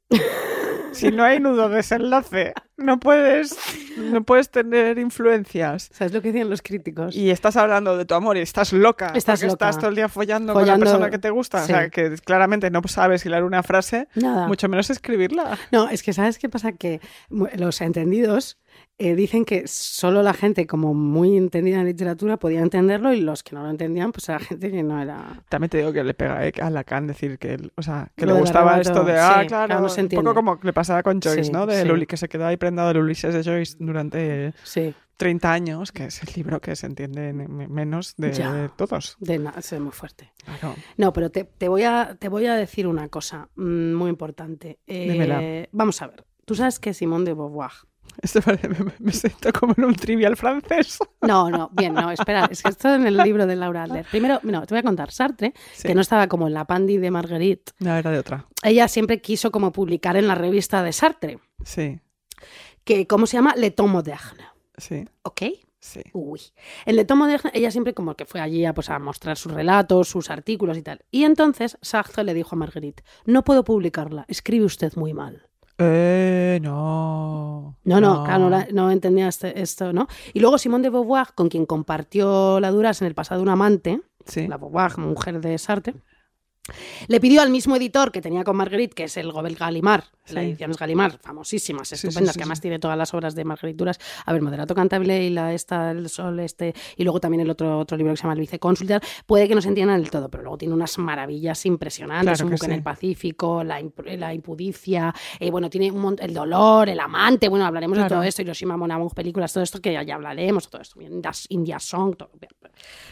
S3: Si no hay nudo desenlace, no puedes, no puedes tener influencias.
S2: ¿Sabes lo que decían los críticos?
S3: Y estás hablando de tu amor y estás loca.
S2: Estás
S3: porque
S2: loca.
S3: Estás todo el día follando, con
S2: Follando-
S3: la persona que te gusta.
S2: sí. Ah.
S3: O sea, que claramente no sabes hilar una frase,
S2: Nada.
S3: mucho menos escribirla.
S2: No, es que ¿sabes qué pasa? Que mu- los entendidos eh, dicen que solo la gente como muy entendida en literatura podía entenderlo y los que no lo entendían, pues era gente que no era...
S3: También te digo que le pega eh, a Lacan decir que, él- o sea, que
S2: Lo
S3: le
S2: del
S3: gustaba
S2: arrebato,
S3: esto de, ah,
S2: sí,
S3: claro,
S2: claro, no se
S3: un
S2: entiende.
S3: poco como le pasaba con Joyce,
S2: Sí,
S3: ¿no? De
S2: sí.
S3: Luli- que se quedaba ahí prendado del Ulises de Joyce durante
S2: Sí,
S3: 30 años, que es el libro que se entiende en- en menos de,
S2: Ya.
S3: de todos.
S2: de nada, es muy fuerte.
S3: Claro.
S2: No, pero te, te voy, a, te voy a decir una cosa mm, muy importante. Eh,
S3: Dímela.
S2: Vamos a ver. Tú sabes que Simone de Beauvoir.
S3: Esto parece- me, me siento como en un trivial francés.
S2: No, no, bien, no, espera, es que esto en el libro de Laura Adler. Primero, no, te voy a contar, Sartre,
S3: Sí.
S2: que no estaba como en la pandi de Marguerite,
S3: No, era de otra.
S2: ella siempre quiso como publicar en la revista de Sartre,
S3: Sí,
S2: que, ¿cómo se llama? Le Temps Moderne,
S3: sí,
S2: ¿ok?
S3: sí.
S2: Uy. En Le Temps Moderne ella siempre como que fue allí a, pues, a mostrar sus relatos, sus artículos y tal. Y entonces Sartre le dijo a Marguerite, no puedo publicarla, escribe usted muy mal.
S3: Eh, no.
S2: No, no, claro, no, la- no entendía este- esto, ¿no? Y luego Simone de Beauvoir, con quien compartió la Duras en el pasado un amante,
S3: Sí.
S2: la Beauvoir, mujer de Sartre, le pidió al mismo editor que tenía con Marguerite, que es el Gobel Galimar, la
S3: Sí.
S2: ediciones Galimar, famosísimas,
S3: Sí, sí,
S2: estupendas,
S3: sí,
S2: que
S3: sí.
S2: además tiene todas las obras de Marguerite Duras. A ver, Moderato Cantabile y la esta, El Sol, este, y luego también el otro, otro libro que se llama El Vicecónsul, y tal. puede que no se entiendan del todo, pero luego tiene unas maravillas impresionantes,
S3: Claro
S2: un
S3: que
S2: buque en
S3: sí.
S2: el Pacífico, la, imp- la impudicia, eh, bueno, tiene un mont- el dolor, el amante, bueno, hablaremos de
S3: Claro.
S2: todo esto, Hiroshima, Mon Amour, películas, todo esto que ya, ya hablaremos, todo esto, bien, das India Song, todo, bien, bien.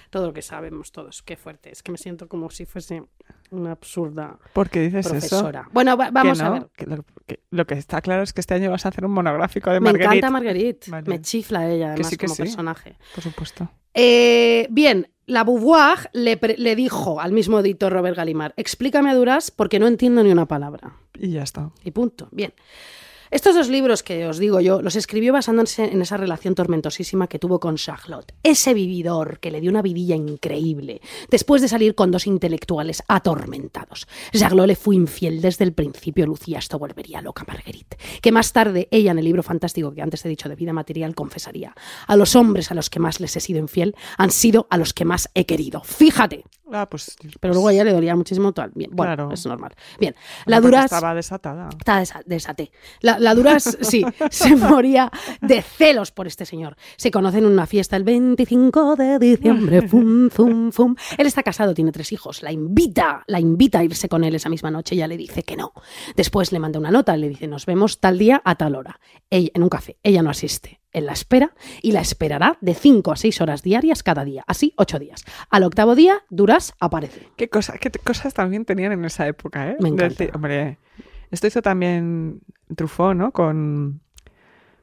S2: Todo lo que sabemos todos, qué fuerte, es que me siento como si fuese una absurda
S3: ¿Por qué dices
S2: profesora. Bueno, va- vamos
S3: que
S2: a
S3: no, Eh,
S2: ver.
S3: que lo, que lo que está claro es que este año vas a hacer un monográfico de
S2: Me
S3: Marguerite.
S2: encanta Marguerite,
S3: Vale.
S2: me chifla ella además
S3: sí, que
S2: como
S3: sí.
S2: personaje.
S3: Por supuesto.
S2: Eh, bien, la Beauvoir le, pre- le dijo al mismo editor Robert Galimar, explícame a Duras porque no entiendo ni una palabra.
S3: Y ya está.
S2: Y punto. Bien. Estos dos libros que os digo yo los escribió basándose en esa relación tormentosísima que tuvo con Charlotte, ese vividor que le dio una vidilla increíble, después de salir con dos intelectuales atormentados. Charlotte le fue infiel desde el principio, Lucía, esto volvería loca a Marguerite, que más tarde ella en el libro fantástico que antes he dicho de vida material confesaría, a los hombres a los que más les he sido infiel han sido a los que más he querido. Fíjate,
S3: Ah, pues.
S2: pero luego a ella le dolía muchísimo tal. Bien, bueno,
S3: Claro.
S2: es normal. Bien,
S3: pues,
S2: la duras
S3: Estaba desatada.
S2: Está desa- desaté. La, la Duras, sí, se moría de celos por este señor. Se conocen en una fiesta el 25 de diciembre. Fum, fum, fum. Él está casado, tiene tres hijos. La invita, la invita a irse con él esa misma noche. Ella le dice que no. Después le manda una nota, le dice, nos vemos tal día a tal hora. Ella, en un café. Ella no asiste. Él la espera y la esperará de 5 a 6 horas diarias cada día. Así, 8 días. Al octavo día, Duras aparece.
S3: ¿Qué, cosa, qué t- cosas también tenían en esa época, eh?
S2: Me encanta.
S3: Decir, hombre, esto hizo también Truffaut, ¿no? Con,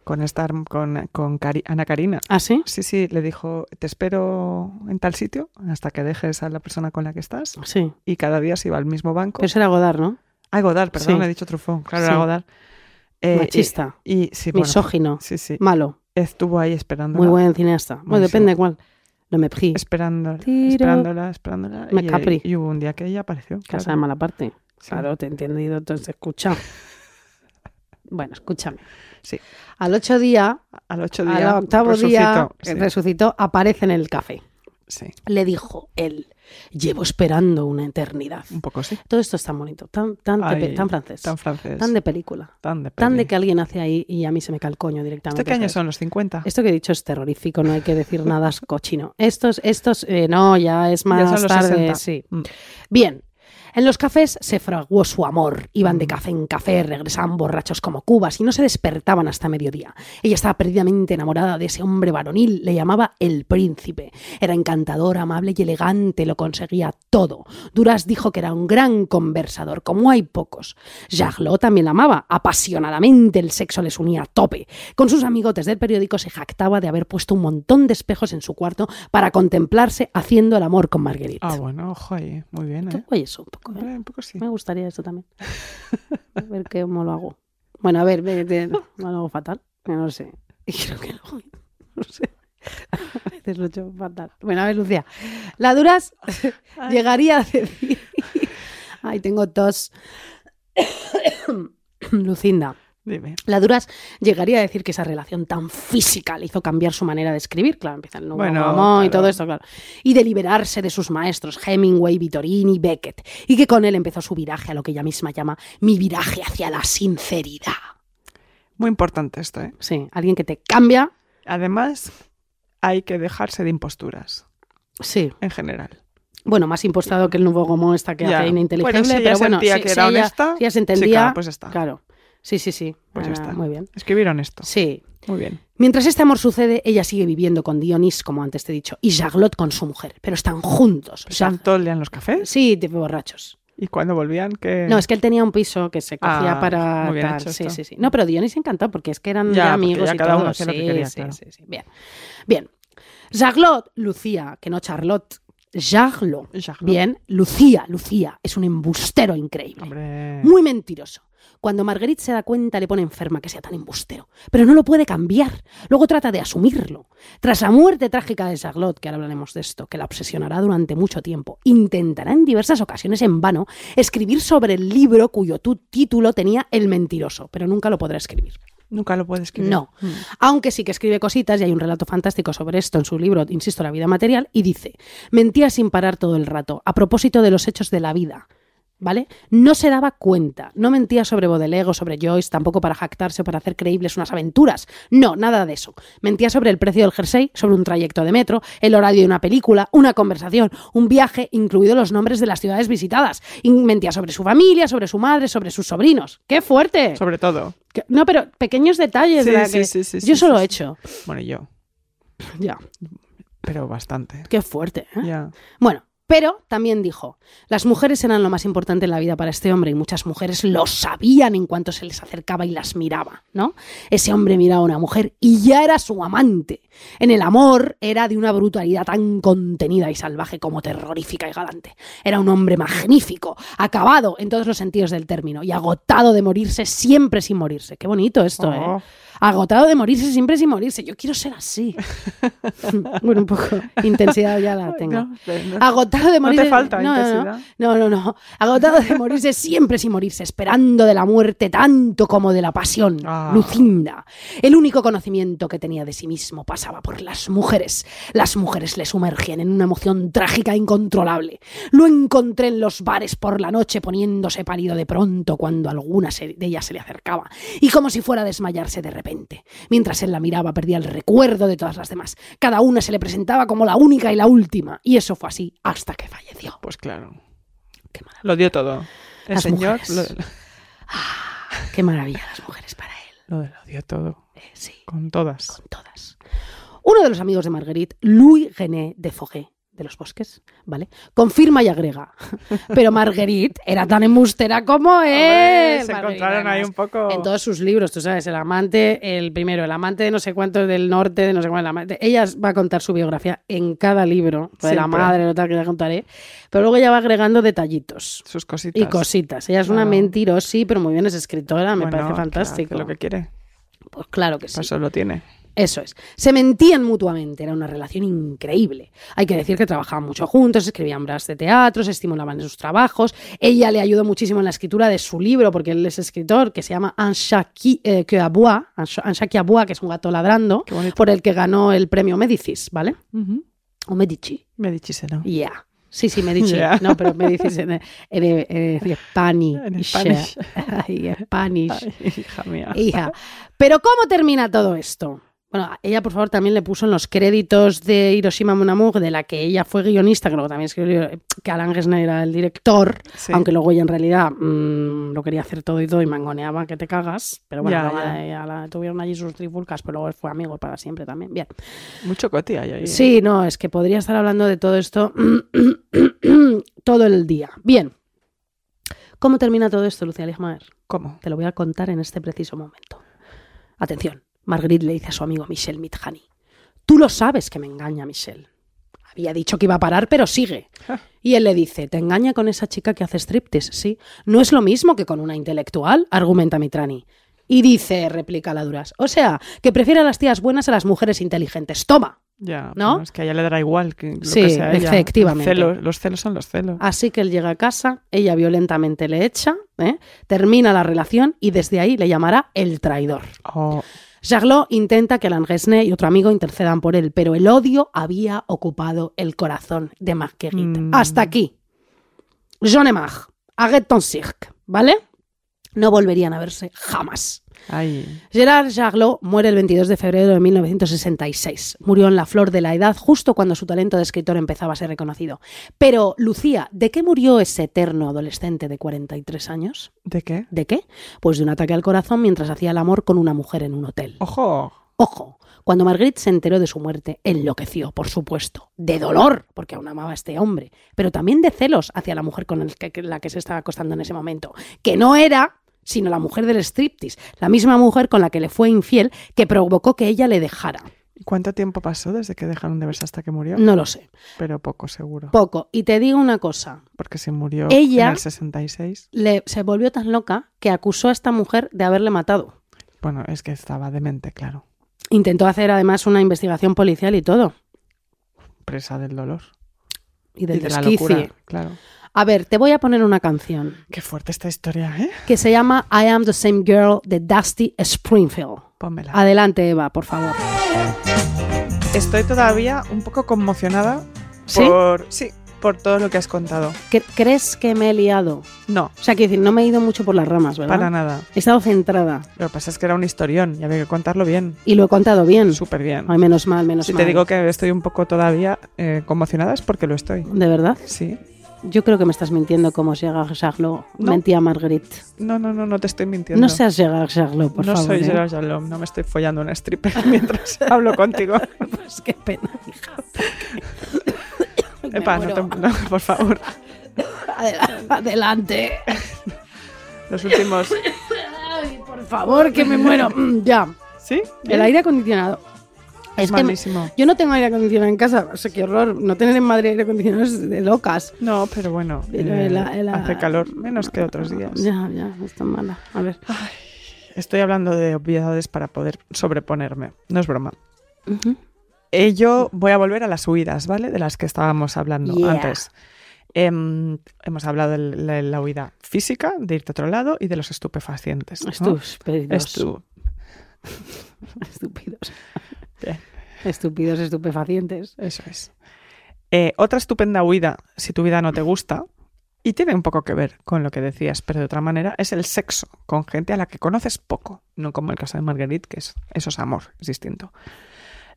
S3: con, esta, con, con Cari- Ana Karina.
S2: ¿Ah, sí?
S3: Sí, sí, le dijo, te espero en tal sitio hasta que dejes a la persona con la que estás.
S2: Sí.
S3: Y cada día se iba al mismo banco.
S2: Pero será Godard, ¿no?
S3: Ah, Godard, perdón,
S2: Sí.
S3: le he dicho Truffaut. Claro,
S2: Sí.
S3: era Godard. Eh,
S2: Machista.
S3: Y, y- sí, bueno,
S2: Misógino.
S3: sí, sí.
S2: Malo.
S3: Estuvo ahí esperándola.
S2: Muy buen cineasta. Bueno,
S3: Buenísimo.
S2: depende cuál. Lo me prí.
S3: Esperándola,
S2: Tiro.
S3: esperándola, esperándola.
S2: Me
S3: y,
S2: capri.
S3: y hubo un día que ella apareció.
S2: Casa de
S3: claro.
S2: mala parte.
S3: Sí.
S2: Claro, te he entendido, entonces escucha. Bueno, escúchame.
S3: Sí.
S2: Al ocho día,
S3: Al ocho días.
S2: al octavo día,
S3: resucitó,
S2: eh, resucitó, aparece en el café.
S3: Sí, sí,
S2: Le dijo él, llevo esperando una eternidad.
S3: un poco sí.
S2: Todo esto es tan bonito, tan, tan, de
S3: Mm. Ay,
S2: pe- tan francés,
S3: Tan
S2: tan,
S3: francés.
S2: de película,
S3: Tan de.
S2: tan de
S3: peli.
S2: que alguien hace ahí y a mí se me cae el coño directamente.
S3: ¿Esto qué año
S2: ¿sabes?
S3: son? ¿Los 50?
S2: Esto que he dicho es terrorífico, no hay que decir nada es cochino. Estos, estos, eh, no, ya es más
S3: son los
S2: tarde,
S3: 60.
S2: sí.
S3: Mm.
S2: Bien. En los cafés se fraguó su amor. Iban de café en café, regresaban borrachos como cubas y no se despertaban hasta mediodía. Ella estaba perdidamente enamorada de ese hombre varonil, le llamaba el príncipe. Era encantador, amable y elegante, lo conseguía todo. Duras dijo que era un gran conversador, como hay pocos. Charlot también la amaba, apasionadamente el sexo les unía a tope. Con sus amigotes del periódico se jactaba de haber puesto un montón de espejos en su cuarto para contemplarse haciendo el amor con Marguerite.
S3: Ah, bueno, ojo ahí. Muy bien, ¿eh?
S2: Oye, eso un poco, ¿eh?
S3: Hombre, un poco sí.
S2: Me gustaría eso también. A ver qué- cómo lo hago. Bueno, a ver, ve- ve- no lo hago fatal. Yo No sé. Y creo que lo No sé. A veces lo he hecho fatal. Bueno, a ver, Lucía. La Duras llegaría a decir. Ay, tengo tos. Lucinda.
S3: Dime.
S2: La Duras llegaría a decir que esa relación tan física le hizo cambiar su manera de escribir, claro, empieza el nuevo
S3: Bueno,
S2: y
S3: claro.
S2: todo esto, claro, y de liberarse de sus maestros, Hemingway, Vittorini, Beckett, y que con él empezó su viraje a lo que ella misma llama mi viraje hacia la sinceridad.
S3: Muy importante esto, ¿eh?
S2: Sí, alguien que te cambia,
S3: Además, hay que dejarse de imposturas,
S2: sí,
S3: en general.
S2: bueno, más impostado que el nuevo Gomón esta que
S3: Ya.
S2: hace ininteligible,
S3: Bueno, si ella
S2: pero bueno,
S3: sentía
S2: sí,
S3: que
S2: si
S3: era
S2: ella-
S3: honesta,
S2: si ella se entendía,
S3: Chica, pues ya está.
S2: claro, sí, sí, sí,
S3: Pues ya
S2: Ah,
S3: está.
S2: muy bien,
S3: Escribieron esto.
S2: sí,
S3: Muy bien.
S2: Mientras este amor sucede, ella sigue viviendo con Dionís, como antes te he dicho, y Charlotte con su mujer, pero están juntos. O sea,
S3: Están todo Pues el día en los cafés
S2: sí, de borrachos.
S3: y cuando volvían que...
S2: No, es que él tenía un piso que se cogía
S3: Ah,
S2: para
S3: muy bien
S2: tal.
S3: hecho
S2: Sí,
S3: esto.
S2: sí, sí. No, pero Dionís encantó porque es que eran
S3: Ya,
S2: ya,
S3: porque
S2: amigos
S3: ya
S2: y
S3: cada uno
S2: todo.
S3: hacía lo que
S2: Sí,
S3: quería,
S2: sí,
S3: claro.
S2: sí, sí. Bien. Bien. Charlotte, Lucía, que no Charlotte, Charlotte.
S3: Charlotte.
S2: Bien, Lucía, Lucía, es un embustero increíble.
S3: Hombre.
S2: Muy mentiroso. Cuando Marguerite se da cuenta, le pone enferma que sea tan embustero. Pero no lo puede cambiar. Luego trata de asumirlo. Tras la muerte trágica de Charlotte, que ahora hablaremos de esto, que la obsesionará durante mucho tiempo, intentará en diversas ocasiones en vano escribir sobre el libro cuyo tu- título tenía El mentiroso, pero nunca lo podrá escribir.
S3: Nunca lo puedes escribir.
S2: No. Aunque sí que escribe cositas y hay un relato fantástico sobre esto en su libro, insisto, La vida material, y dice, mentía sin parar todo el rato, a propósito de los hechos de la vida. ¿Vale? No se daba cuenta, no mentía sobre Baudelaire o sobre Joyce, tampoco para jactarse o para hacer creíbles unas aventuras. No, nada de eso. Mentía sobre el precio del jersey, sobre un trayecto de metro, el horario de una película, una conversación, un viaje, incluido los nombres de las ciudades visitadas. Y mentía sobre su familia, sobre su madre, sobre sus sobrinos. ¡Qué fuerte!
S3: Sobre todo.
S2: Que- No, pero pequeños detalles.
S3: Sí,
S2: de la
S3: sí,
S2: que-
S3: sí, sí,
S2: yo
S3: sí,
S2: solo
S3: sí,
S2: he
S3: sí.
S2: hecho.
S3: Bueno, yo.
S2: Ya,
S3: Pero bastante.
S2: qué fuerte. ¿eh?
S3: Ya.
S2: Bueno, pero también dijo, las mujeres eran lo más importante en la vida para este hombre y muchas mujeres lo sabían en cuanto se les acercaba y las miraba, ¿no? Ese hombre miraba a una mujer y ya era su amante. En el amor era de una brutalidad tan contenida y salvaje como terrorífica y galante. Era un hombre magnífico, acabado en todos los sentidos del término y agotado de morirse siempre sin morirse. Qué bonito esto, ¿eh?
S3: Oh.
S2: Agotado de morirse siempre sin morirse. Yo quiero ser así. bueno, un poco intensidad ya la
S3: Ay,
S2: tengo.
S3: no, no.
S2: Agotado de
S3: No te
S2: morirse.
S3: falta
S2: no, no, no,
S3: intensidad.
S2: no, no, no. Agotado de morirse siempre sin morirse, esperando de la muerte tanto como de la pasión.
S3: Ah.
S2: Lucinda. El único conocimiento que tenía de sí mismo pasaba por las mujeres. Las mujeres le sumergían en una emoción trágica e incontrolable. Lo encontré en los bares por la noche poniéndose pálido de pronto cuando alguna se- de ellas se le acercaba y como si fuera a desmayarse de repente. Mientras él la miraba perdía el recuerdo de todas las demás. Cada una se le presentaba como la única y la última y eso fue así hasta que falleció.
S3: Pues claro.
S2: Qué maravilla,
S3: Lo dio todo. El
S2: Las
S3: señor lo,
S2: mujeres. qué maravilla las mujeres para él.
S3: lo- lo dio todo.
S2: Eh, sí.
S3: Con todas.
S2: con todas. Uno de los amigos de Marguerite, Louis Genet de Foguet, de los bosques, ¿vale? Confirma y agrega. Pero Marguerite era tan embustera como él.
S3: Hombre, se
S2: Marguerite,
S3: encontraron ahí
S2: Eh, además,
S3: un poco.
S2: En todos sus libros, tú sabes, el amante, el primero, el amante de no sé cuántos del norte, de no sé cuántos, el amante. Ella va a contar su biografía en cada libro, lo de la
S3: Siempre.
S2: madre, lo tal que ya contaré, pero luego ella va agregando detallitos
S3: Sus cositas.
S2: y cositas. Ella es una
S3: Claro.
S2: mentirosa, sí, pero muy bien es escritora, me
S3: Bueno,
S2: parece
S3: que hace
S2: fantástico.
S3: Lo que quiere.
S2: Pues claro que sí.
S3: Para eso lo tiene.
S2: Eso es. Se mentían mutuamente, era una relación increíble. Hay que decir que trabajaban mucho juntos, escribían obras de teatro, se estimulaban en sus trabajos. Ella le ayudó muchísimo en la escritura de su libro, porque él es escritor, que se llama Anshaki eh, que aboa, Ansh- Anshaki Aboa, que es un gato ladrando,
S3: Qué bonito.
S2: por el que ganó el premio Médicis, ¿vale? O Medici.
S3: Me dijiste, ¿no?
S2: Ya. Sí, sí, Medici.
S3: Ya.
S2: No, pero Medicis en, en, en, en Spanish.
S3: En Spanish.
S2: Ay, Spanish.
S3: Ay, hija mía.
S2: Hija. Pero ¿cómo termina todo esto? Bueno, ella, por favor, también le puso en los créditos de Hiroshima Mon Amour, de la que ella fue guionista, que luego también escribió, eh, que Alan Gesner era el director,
S3: Sí.
S2: aunque luego ella en realidad mm, lo quería hacer todo y todo y mangoneaba que te cagas. Pero bueno,
S3: Ya,
S2: luego
S3: ya.
S2: ella la- tuvieron allí sus trifulcas, pero luego fue amigo para siempre también. Bien.
S3: Mucho coti hay ahí. ¿eh?
S2: Sí, no, es que podría estar hablando de todo esto todo el día. Bien. ¿Cómo termina todo esto, Lucía Ligmaer?
S3: ¿Cómo?
S2: Te lo voy a contar en este preciso momento. Atención, Marguerite le dice a su amigo Michel Midhani. Tú lo sabes que me engaña Michel. Había dicho que iba a parar, pero sigue. Y él le dice, te engaña con esa chica que hace striptease, sí. No es lo mismo que con una intelectual, argumenta Mitrani. Y dice, replica la Duras, o sea, que prefiere a las tías buenas a las mujeres inteligentes. Toma,
S3: Ya,
S2: ¿No?
S3: bueno, es que a ella le dará igual que lo
S2: Sí,
S3: que sea ella.
S2: efectivamente. Ah.
S3: Celos- los celos son los celos.
S2: Así que él llega a casa, ella violentamente le echa, ¿eh? termina la relación y desde ahí le llamará el traidor.
S3: Oh,
S2: Charlot intenta que Alain Resnais y otro amigo intercedan por él, pero el odio había ocupado el corazón de Marguerite.
S3: Mm.
S2: Hasta aquí. Jean et Marc, arrête ton cirque, ¿vale? No volverían a verse jamás.
S3: ay.
S2: Gerard Charlot muere el 22 de febrero de 1966. Murió en la flor de la edad justo cuando su talento de escritor empezaba a ser reconocido. Pero, Lucía, ¿de qué murió ese eterno adolescente de 43 años?
S3: ¿De qué?
S2: ¿De qué? Pues de un ataque al corazón mientras hacía el amor con una mujer en un hotel.
S3: ¡Ojo!
S2: Ojo, cuando Marguerite se enteró de su muerte, enloqueció, por supuesto, de dolor, porque aún amaba a este hombre, pero también de celos hacia la mujer con el que- que- la que se estaba acostando en ese momento, que no era sino la mujer del striptease, la misma mujer con la que le fue infiel, que provocó que ella le dejara.
S3: ¿Y ¿Cuánto tiempo pasó desde que dejaron de verse hasta que murió?
S2: No lo sé,
S3: Pero poco seguro.
S2: poco. Y te digo una cosa,
S3: porque se murió
S2: Ella-
S3: en el 66.
S2: le, se volvió tan loca que acusó a esta mujer de haberle matado.
S3: Bueno, es que estaba demente, claro.
S2: Intentó hacer además una investigación policial y todo,
S3: Presa del dolor.
S2: y
S3: Y
S2: del
S3: de la
S2: desquicie.
S3: locura, claro.
S2: A ver, te voy a poner una canción.
S3: Qué fuerte esta historia, ¿eh?
S2: que se llama I Am the Same Girl de Dusty Springfield.
S3: Pónmela.
S2: Adelante, Eva, por favor.
S3: Estoy todavía un poco conmocionada
S2: ¿Sí?
S3: por... Sí, por todo lo que has contado.
S2: ¿Cre- ¿Crees que me he liado?
S3: No,
S2: O sea, quiero decir, no me he ido mucho por las ramas, ¿verdad?
S3: para nada.
S2: He estado centrada
S3: Lo que pasa es que era un historión y había que contarlo bien.
S2: y lo he contado bien.
S3: Súper bien.
S2: Ay, menos mal, menos
S3: Si
S2: mal.
S3: te digo que estoy un poco todavía eh, conmocionada es porque lo estoy.
S2: ¿De verdad?
S3: Sí.
S2: Yo creo que me estás mintiendo como Gerard Charlot.
S3: No.
S2: Mentía Marguerite.
S3: No, no, no, no te estoy mintiendo.
S2: No seas Gerard Charlot, por
S3: no
S2: favor.
S3: soy
S2: ¿eh?
S3: Gerard Jalom, no me estoy follando una stripper mientras hablo contigo.
S2: Pues qué pena, hija. Me
S3: Epa, no,
S2: muero.
S3: te- no, por favor.
S2: Adela- Adelante.
S3: Los últimos.
S2: Ay, por favor, que me muero. Mm, ya.
S3: ¿Sí?
S2: El aire acondicionado.
S3: es
S2: que me-
S3: malísimo.
S2: yo no tengo aire acondicionado en casa, o sea, qué horror. No tener en Madrid aire acondicionado es de locas.
S3: No, pero bueno,
S2: Pero
S3: eh,
S2: el a- el a-
S3: hace calor menos que otros días.
S2: Ah,
S3: Ah,
S2: Ya, ya, está mala. A ver.
S3: Estoy hablando de obviedades para poder sobreponerme. No es broma. Eh, yo voy a volver a las huidas, ¿vale? De las que estábamos hablando
S2: Yeah.
S3: antes. Em, hemos hablado de la, la huida física, de irte a otro lado, y de los estupefacientes. ¿no?
S2: Estúpidos.
S3: Estu-
S2: Estúpidos.
S3: Bien.
S2: Estúpidos, estupefacientes.
S3: Eso es. Eh, otra estupenda huida, si tu vida no te gusta, y tiene un poco que ver con lo que decías, pero de otra manera, es el sexo con gente a la que conoces poco, no como el caso de Marguerite, que es, eso es amor, es distinto.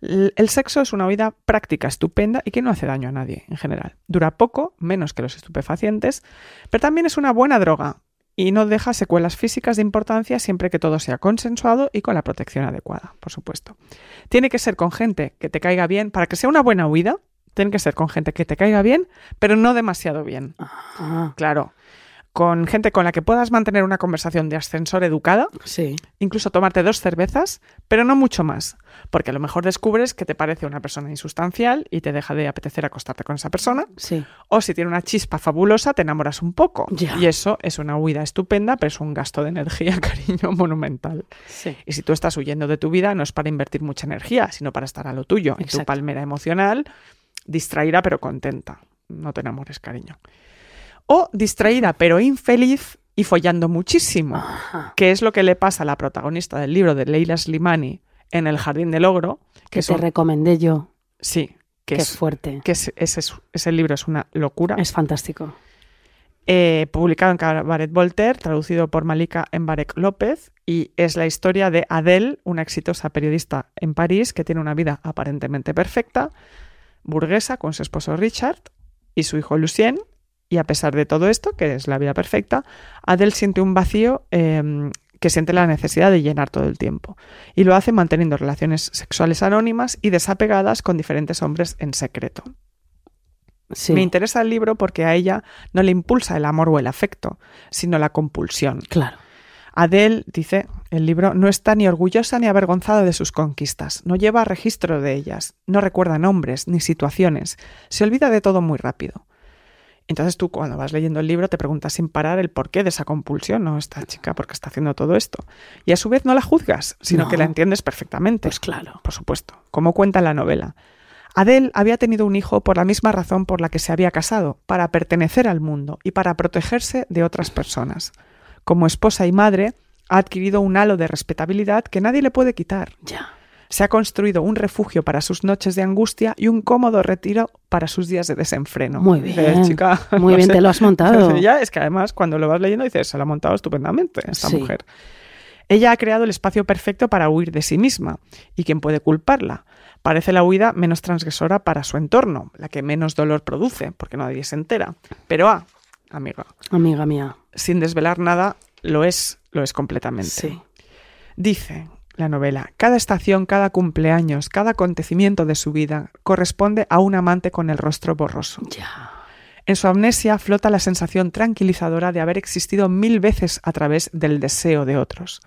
S3: L- El sexo es una huida práctica, estupenda y que no hace daño a nadie en general. Dura poco, menos que los estupefacientes, pero también es una buena droga y no deja secuelas físicas de importancia siempre que todo sea consensuado y con la protección adecuada, por supuesto. Tiene que ser con gente que te caiga bien, para que sea una buena huida, tiene que ser con gente que te caiga bien, pero no demasiado bien.
S2: Ah,
S3: Claro. Con gente con la que puedas mantener una conversación de ascensor educada,
S2: sí.
S3: incluso tomarte dos cervezas, pero no mucho más, porque a lo mejor descubres que te parece una persona insustancial y te deja de apetecer acostarte con esa persona,
S2: Sí.
S3: o si tiene una chispa fabulosa, te enamoras un poco.
S2: Ya.
S3: Y eso es una huida estupenda, pero es un gasto de energía, cariño, monumental.
S2: Sí.
S3: Y si tú estás huyendo de tu vida, no es para invertir mucha energía, sino para estar a lo tuyo, en
S2: Exacto.
S3: tu palmera emocional, distraída pero contenta. No te enamores, cariño. O distraída pero infeliz y follando muchísimo,
S2: Ajá.
S3: que es lo que le pasa a la protagonista del libro de Leila Slimani en El Jardín del Ogro.
S2: Que
S3: Que
S2: te
S3: son-
S2: recomendé yo.
S3: Sí, que,
S2: Qué
S3: es,
S2: fuerte.
S3: que es- ese, es- ese libro es una locura.
S2: Es fantástico.
S3: Eh, publicado en Cabaret Voltaire, traducido por Malika Embarek López, y es la historia de Adele, una exitosa periodista en París que tiene una vida aparentemente perfecta, burguesa con su esposo Richard y su hijo Lucien, y a pesar de todo esto, que es la vida perfecta, Adele siente un vacío eh, que siente la necesidad de llenar todo el tiempo, y lo hace manteniendo relaciones sexuales anónimas y desapegadas con diferentes hombres en secreto.
S2: Sí.
S3: Me interesa el libro porque a ella no le impulsa el amor o el afecto, sino la compulsión.
S2: Claro.
S3: Adele, dice el libro, no está ni orgullosa ni avergonzada de sus conquistas, no lleva registro de ellas, no recuerda nombres ni situaciones, se olvida de todo muy rápido. Entonces tú cuando vas leyendo el libro te preguntas sin parar el porqué de esa compulsión, ¿no? Esta chica, ¿por qué está haciendo todo esto? Y a su vez no la juzgas, sino
S2: No.
S3: que la entiendes perfectamente
S2: Pues claro.
S3: por supuesto, como cuenta en la novela. Adele había tenido un hijo por la misma razón por la que se había casado, para pertenecer al mundo y para protegerse de otras personas. Como esposa y madre, ha adquirido un halo de respetabilidad que nadie le puede quitar.
S2: Ya.
S3: Se ha construido un refugio para sus noches de angustia y un cómodo retiro para sus días de desenfreno.
S2: Muy
S3: Dices,
S2: bien.
S3: chica,
S2: Muy
S3: no
S2: bien,
S3: sé.
S2: te lo has montado.
S3: Ya, es que además cuando lo vas leyendo dices, se lo ha montado estupendamente esta
S2: Sí.
S3: mujer. Ella ha creado el espacio perfecto para huir de sí misma. ¿Y quién puede culparla? Parece la huida menos transgresora para su entorno, la que menos dolor produce, porque nadie se entera. Pero, ah, amiga,
S2: Amiga mía.
S3: sin desvelar nada, lo es, lo es completamente.
S2: Sí.
S3: Dice la novela, cada estación, cada cumpleaños, cada acontecimiento de su vida corresponde a un amante con el rostro borroso.
S2: Ya.
S3: En su amnesia flota la sensación tranquilizadora de haber existido mil veces a través del deseo de otros.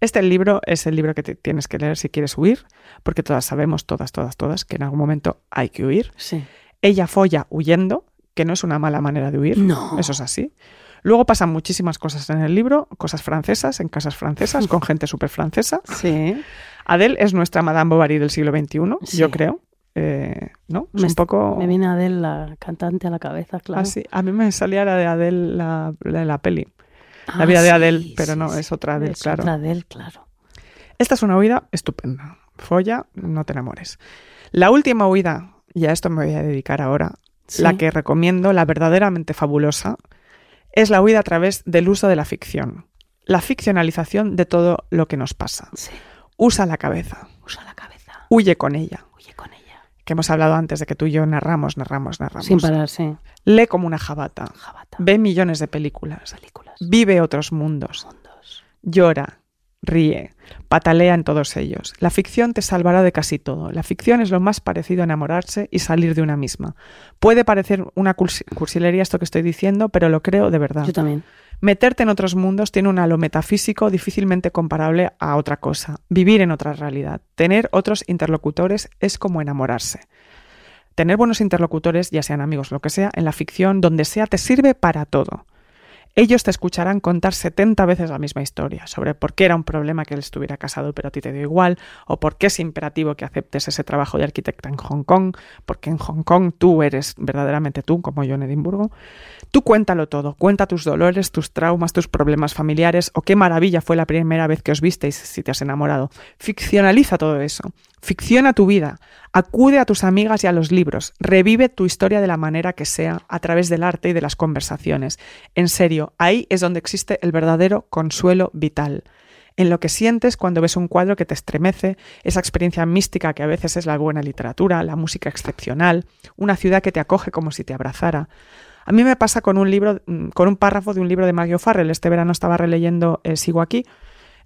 S3: Este libro es el libro que te tienes que leer si quieres huir, porque todas sabemos, todas, todas, todas, que en algún momento hay que huir.
S2: Sí.
S3: Ella folla huyendo, que no es una mala manera de huir.
S2: No.
S3: Eso es así. Luego pasan muchísimas cosas en el libro, cosas francesas, en casas francesas, con gente súper francesa.
S2: Sí.
S3: Adele es nuestra Madame Bovary del siglo XXI,
S2: Sí.
S3: yo creo. Eh, ¿No? Es
S2: Me
S3: un
S2: est-
S3: poco...
S2: Me viene Adele, la cantante, a la cabeza, claro.
S3: Ah, sí. A mí me salía la de Adele, la, la de la peli.
S2: Ah,
S3: La vida de
S2: sí,
S3: Adele, pero
S2: sí,
S3: no,
S2: sí.
S3: es otra Adele,
S2: Es
S3: claro.
S2: otra Adele, claro.
S3: Esta es una huida estupenda. Folla, no te enamores. La última huida, y a esto me voy a dedicar ahora, la
S2: Sí.
S3: que recomiendo, la verdaderamente fabulosa, es la huida a través del uso de la ficción. La ficcionalización de todo lo que nos pasa.
S2: Sí.
S3: Usa la cabeza,
S2: Usa la cabeza.
S3: huye con ella,
S2: Huye con ella.
S3: que hemos hablado antes de que tú y yo narramos, narramos, narramos.
S2: Sin parar, sí.
S3: Lee como una jabata,
S2: Jabata.
S3: ve millones de películas,
S2: Películas.
S3: vive otros mundos,
S2: Mundos.
S3: llora, ríe, patalea en todos ellos. La ficción te salvará de casi todo. La ficción es lo más parecido a enamorarse y salir de una misma. Puede parecer una cursi- cursilería esto que estoy diciendo, pero lo creo de verdad.
S2: Yo también.
S3: Meterte en otros mundos tiene un halo metafísico difícilmente comparable a otra cosa. Vivir en otra realidad, tener otros interlocutores es como enamorarse. Tener buenos interlocutores, ya sean amigos, lo que sea, en la ficción, donde sea, te sirve para todo. Ellos te escucharán contar 70 veces la misma historia sobre por qué era un problema que él estuviera casado pero a ti te dio igual, o por qué es imperativo que aceptes ese trabajo de arquitecta en Hong Kong, porque en Hong Kong tú eres verdaderamente tú, como yo en Edimburgo. Tú cuéntalo todo, cuenta tus dolores, tus traumas, tus problemas familiares o qué maravilla fue la primera vez que os visteis si te has enamorado. Ficcionaliza todo eso, ficciona tu vida, acude a tus amigas y a los libros, revive tu historia de la manera que sea, a través del arte y de las conversaciones. En serio, ahí es donde existe el verdadero consuelo vital. En lo que sientes cuando ves un cuadro que te estremece, esa experiencia mística que a veces es la buena literatura, la música excepcional, una ciudad que te acoge como si te abrazara. A mí me pasa con un libro, mm, con un párrafo de un libro de Maggie O'Farrell. Este verano estaba releyendo eh, Sigo aquí,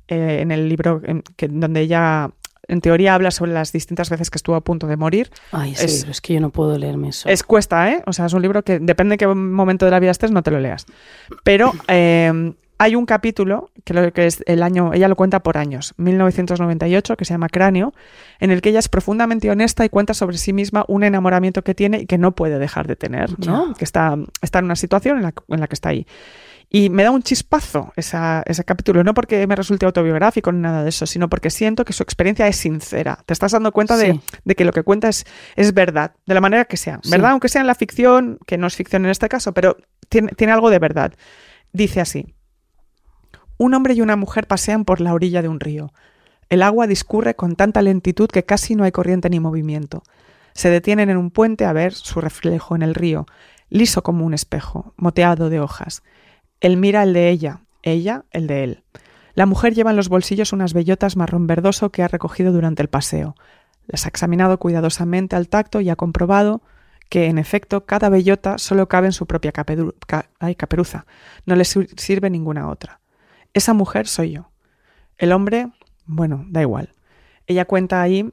S3: eh, en el libro en que, donde ella, en teoría, habla sobre las distintas veces que estuvo a punto de morir.
S2: Ay, sí,
S3: Es-
S2: pero es que yo no puedo leerme eso.
S3: Es cuesta, ¿eh? O sea, es un libro que depende de qué momento de la vida estés, no te lo leas. Pero eh, hay un capítulo, que, lo que es el año, ella lo cuenta por años, 1998, que se llama Cráneo, en el que ella es profundamente honesta y cuenta sobre sí misma un enamoramiento que tiene y que no puede dejar de tener, ¿no?
S2: Ya.
S3: Que está, está en una situación en la, en la que está ahí. Y me da un chispazo esa- ese capítulo, no porque me resulte autobiográfico ni nada de eso, sino porque siento que su experiencia es sincera. Te estás dando cuenta de,
S2: Sí.
S3: de que lo que cuenta es, es verdad, de la manera que sea.
S2: Sí.
S3: ¿Verdad? Aunque sea en la ficción, que no es ficción en este caso, pero tiene, tiene algo de verdad. Dice así, un hombre y una mujer pasean por la orilla de un río. El agua discurre con tanta lentitud que casi no hay corriente ni movimiento. Se detienen en un puente a ver su reflejo en el río, liso como un espejo, moteado de hojas. Él mira el de ella, ella el de él. La mujer lleva en los bolsillos unas bellotas marrón verdoso que ha recogido durante el paseo. Las ha examinado cuidadosamente al tacto y ha comprobado que, en efecto, cada bellota solo cabe en su propia capedu- ca- ay, caperuza. No le sir- sirve ninguna otra. Esa mujer soy yo. El hombre, bueno, da igual. Ella cuenta ahí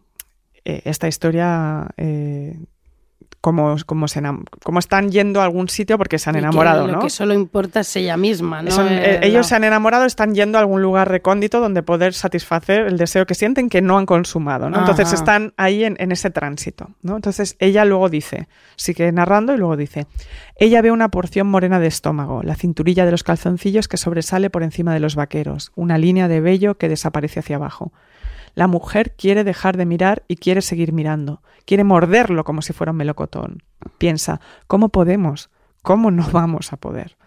S3: eh, esta historia, eh, cómo, cómo se enam- cómo están yendo a algún sitio porque se han
S2: Y que
S3: enamorado,
S2: lo
S3: ¿no?
S2: que solo importa es ella misma, ¿no?
S3: Son-
S2: Eh,
S3: eh,
S2: la-
S3: ellos se han enamorado, están yendo a algún lugar recóndito donde poder satisfacer el deseo que sienten que no han consumado. ¿no? Entonces
S2: Ajá.
S3: están ahí en, en ese tránsito. ¿no? Entonces ella luego dice, sigue narrando y luego dice, ella ve una porción morena de estómago, la cinturilla de los calzoncillos que sobresale por encima de los vaqueros, una línea de vello que desaparece hacia abajo. La mujer quiere dejar de mirar y quiere seguir mirando. Quiere morderlo como si fuera un melocotón. Piensa, ¿cómo podemos? ¿Cómo no vamos a poder?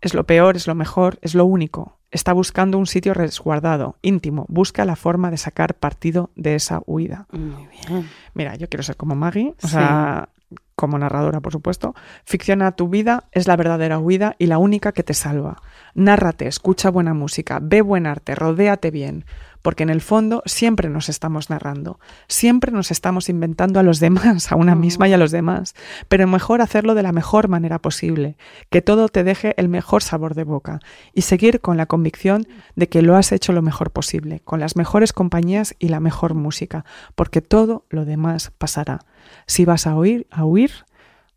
S3: Es lo peor, es lo mejor, es lo único. Está buscando un sitio resguardado, íntimo. Busca la forma de sacar partido de esa huida.
S2: Muy bien.
S3: Mira, yo quiero ser como Maggie, o sea, como narradora, por supuesto. Ficciona tu vida, es la verdadera huida y la única que te salva. Nárrate, escucha buena música, ve buen arte, rodéate bien, porque en el fondo siempre nos estamos narrando, siempre nos estamos inventando a los demás, a una misma y a los demás, pero mejor hacerlo de la mejor manera posible, que todo te deje el mejor sabor de boca y seguir con la convicción de que lo has hecho lo mejor posible, con las mejores compañías y la mejor música, porque todo lo demás pasará. Si vas a huir, a huir,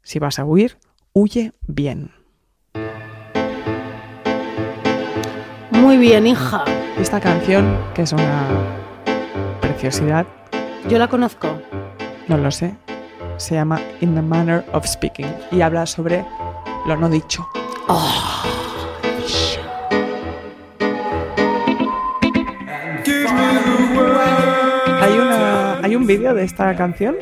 S3: si vas a huir, huye bien.
S2: Muy bien, hija.
S3: Esta canción, que es una preciosidad,
S2: Yo la conozco.
S3: no lo sé, se llama In the Manner of Speaking y habla sobre lo no dicho. Hay, una, hay un vídeo de esta canción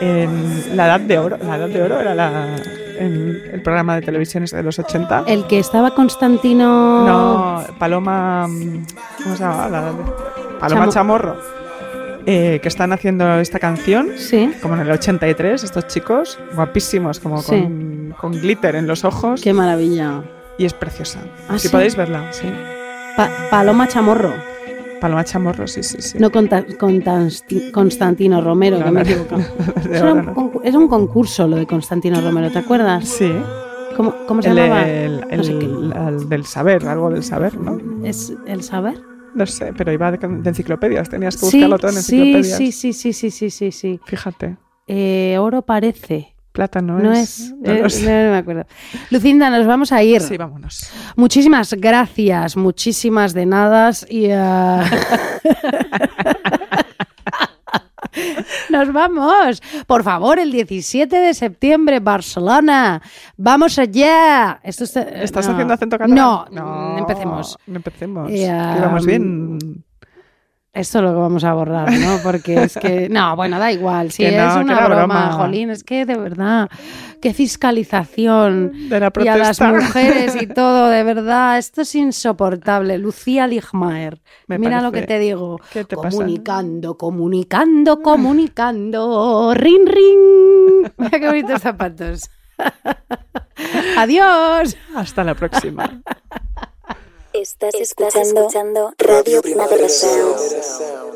S3: en La Edad de Oro. La Edad de Oro era la- en el programa de televisiones de los 80.
S2: El que estaba Constantino.
S3: No, Paloma. mm, ¿Cómo se llama? Paloma
S2: Chamo-
S3: Chamorro. Eh, que están haciendo esta canción,
S2: Sí.
S3: como en el 83, estos chicos, guapísimos, como
S2: Sí.
S3: con, con glitter en los ojos,
S2: Qué maravilla.
S3: y es preciosa.
S2: ¿Ah, sí?
S3: si podéis verla, sí.
S2: Pa- Paloma Chamorro.
S3: Paloma Chamorro, sí, sí, sí.
S2: No Conta- Contansti- Constantino Romero,
S3: No,
S2: que me he
S3: no,
S2: equivocado. Eso
S3: De
S2: Era
S3: ahora
S2: un,
S3: no.
S2: concu- era un concurso lo de Constantino Romero, ¿te acuerdas?
S3: Sí,
S2: ¿Cómo, cómo se
S3: el,
S2: llamaba?
S3: el-
S2: No sé
S3: el-
S2: qué.
S3: al del saber, algo del saber, ¿no?
S2: ¿Es el saber?
S3: No sé, pero iba de, de enciclopedias, tenías que
S2: Sí,
S3: buscarlo todo en
S2: sí,
S3: enciclopedias.
S2: sí, sí, sí, sí, sí, sí, sí.
S3: Fíjate,
S2: Eh, oro parece.
S3: plátano
S2: No
S3: es.
S2: es.
S3: no
S2: eh,
S3: lo sé.
S2: no, no me acuerdo. Lucinda, nos vamos a ir.
S3: Sí, vámonos.
S2: Muchísimas gracias, muchísimas de nada. Y, ah, Nos vamos. Por favor, el 17 de septiembre, Barcelona. Vamos allá. Esto está-
S3: ¿Estás
S2: Eh, no.
S3: haciendo acento catalán?
S2: No, no, empecemos.
S3: No empecemos.
S2: Eh,
S3: que vamos
S2: um,
S3: bien.
S2: Esto es lo que vamos a borrar, ¿no? Porque es que. No, bueno, da igual. Si
S3: Que no,
S2: es
S3: que
S2: una
S3: era
S2: broma,
S3: broma.
S2: Jolín, es que de verdad. Qué fiscalización.
S3: De la
S2: Y a las
S3: protesta.
S2: mujeres y todo, de verdad, esto es insoportable. Lucía Ligmaer,
S3: Me
S2: mira lo que
S3: parece.
S2: te digo.
S3: ¿Qué te pasa?
S2: comunicando, comunicando, comunicando. Ring, ring. Mira qué bonitos zapatos. Adiós.
S3: Hasta la próxima.
S6: Estás escuchando Radio Primavera Sound.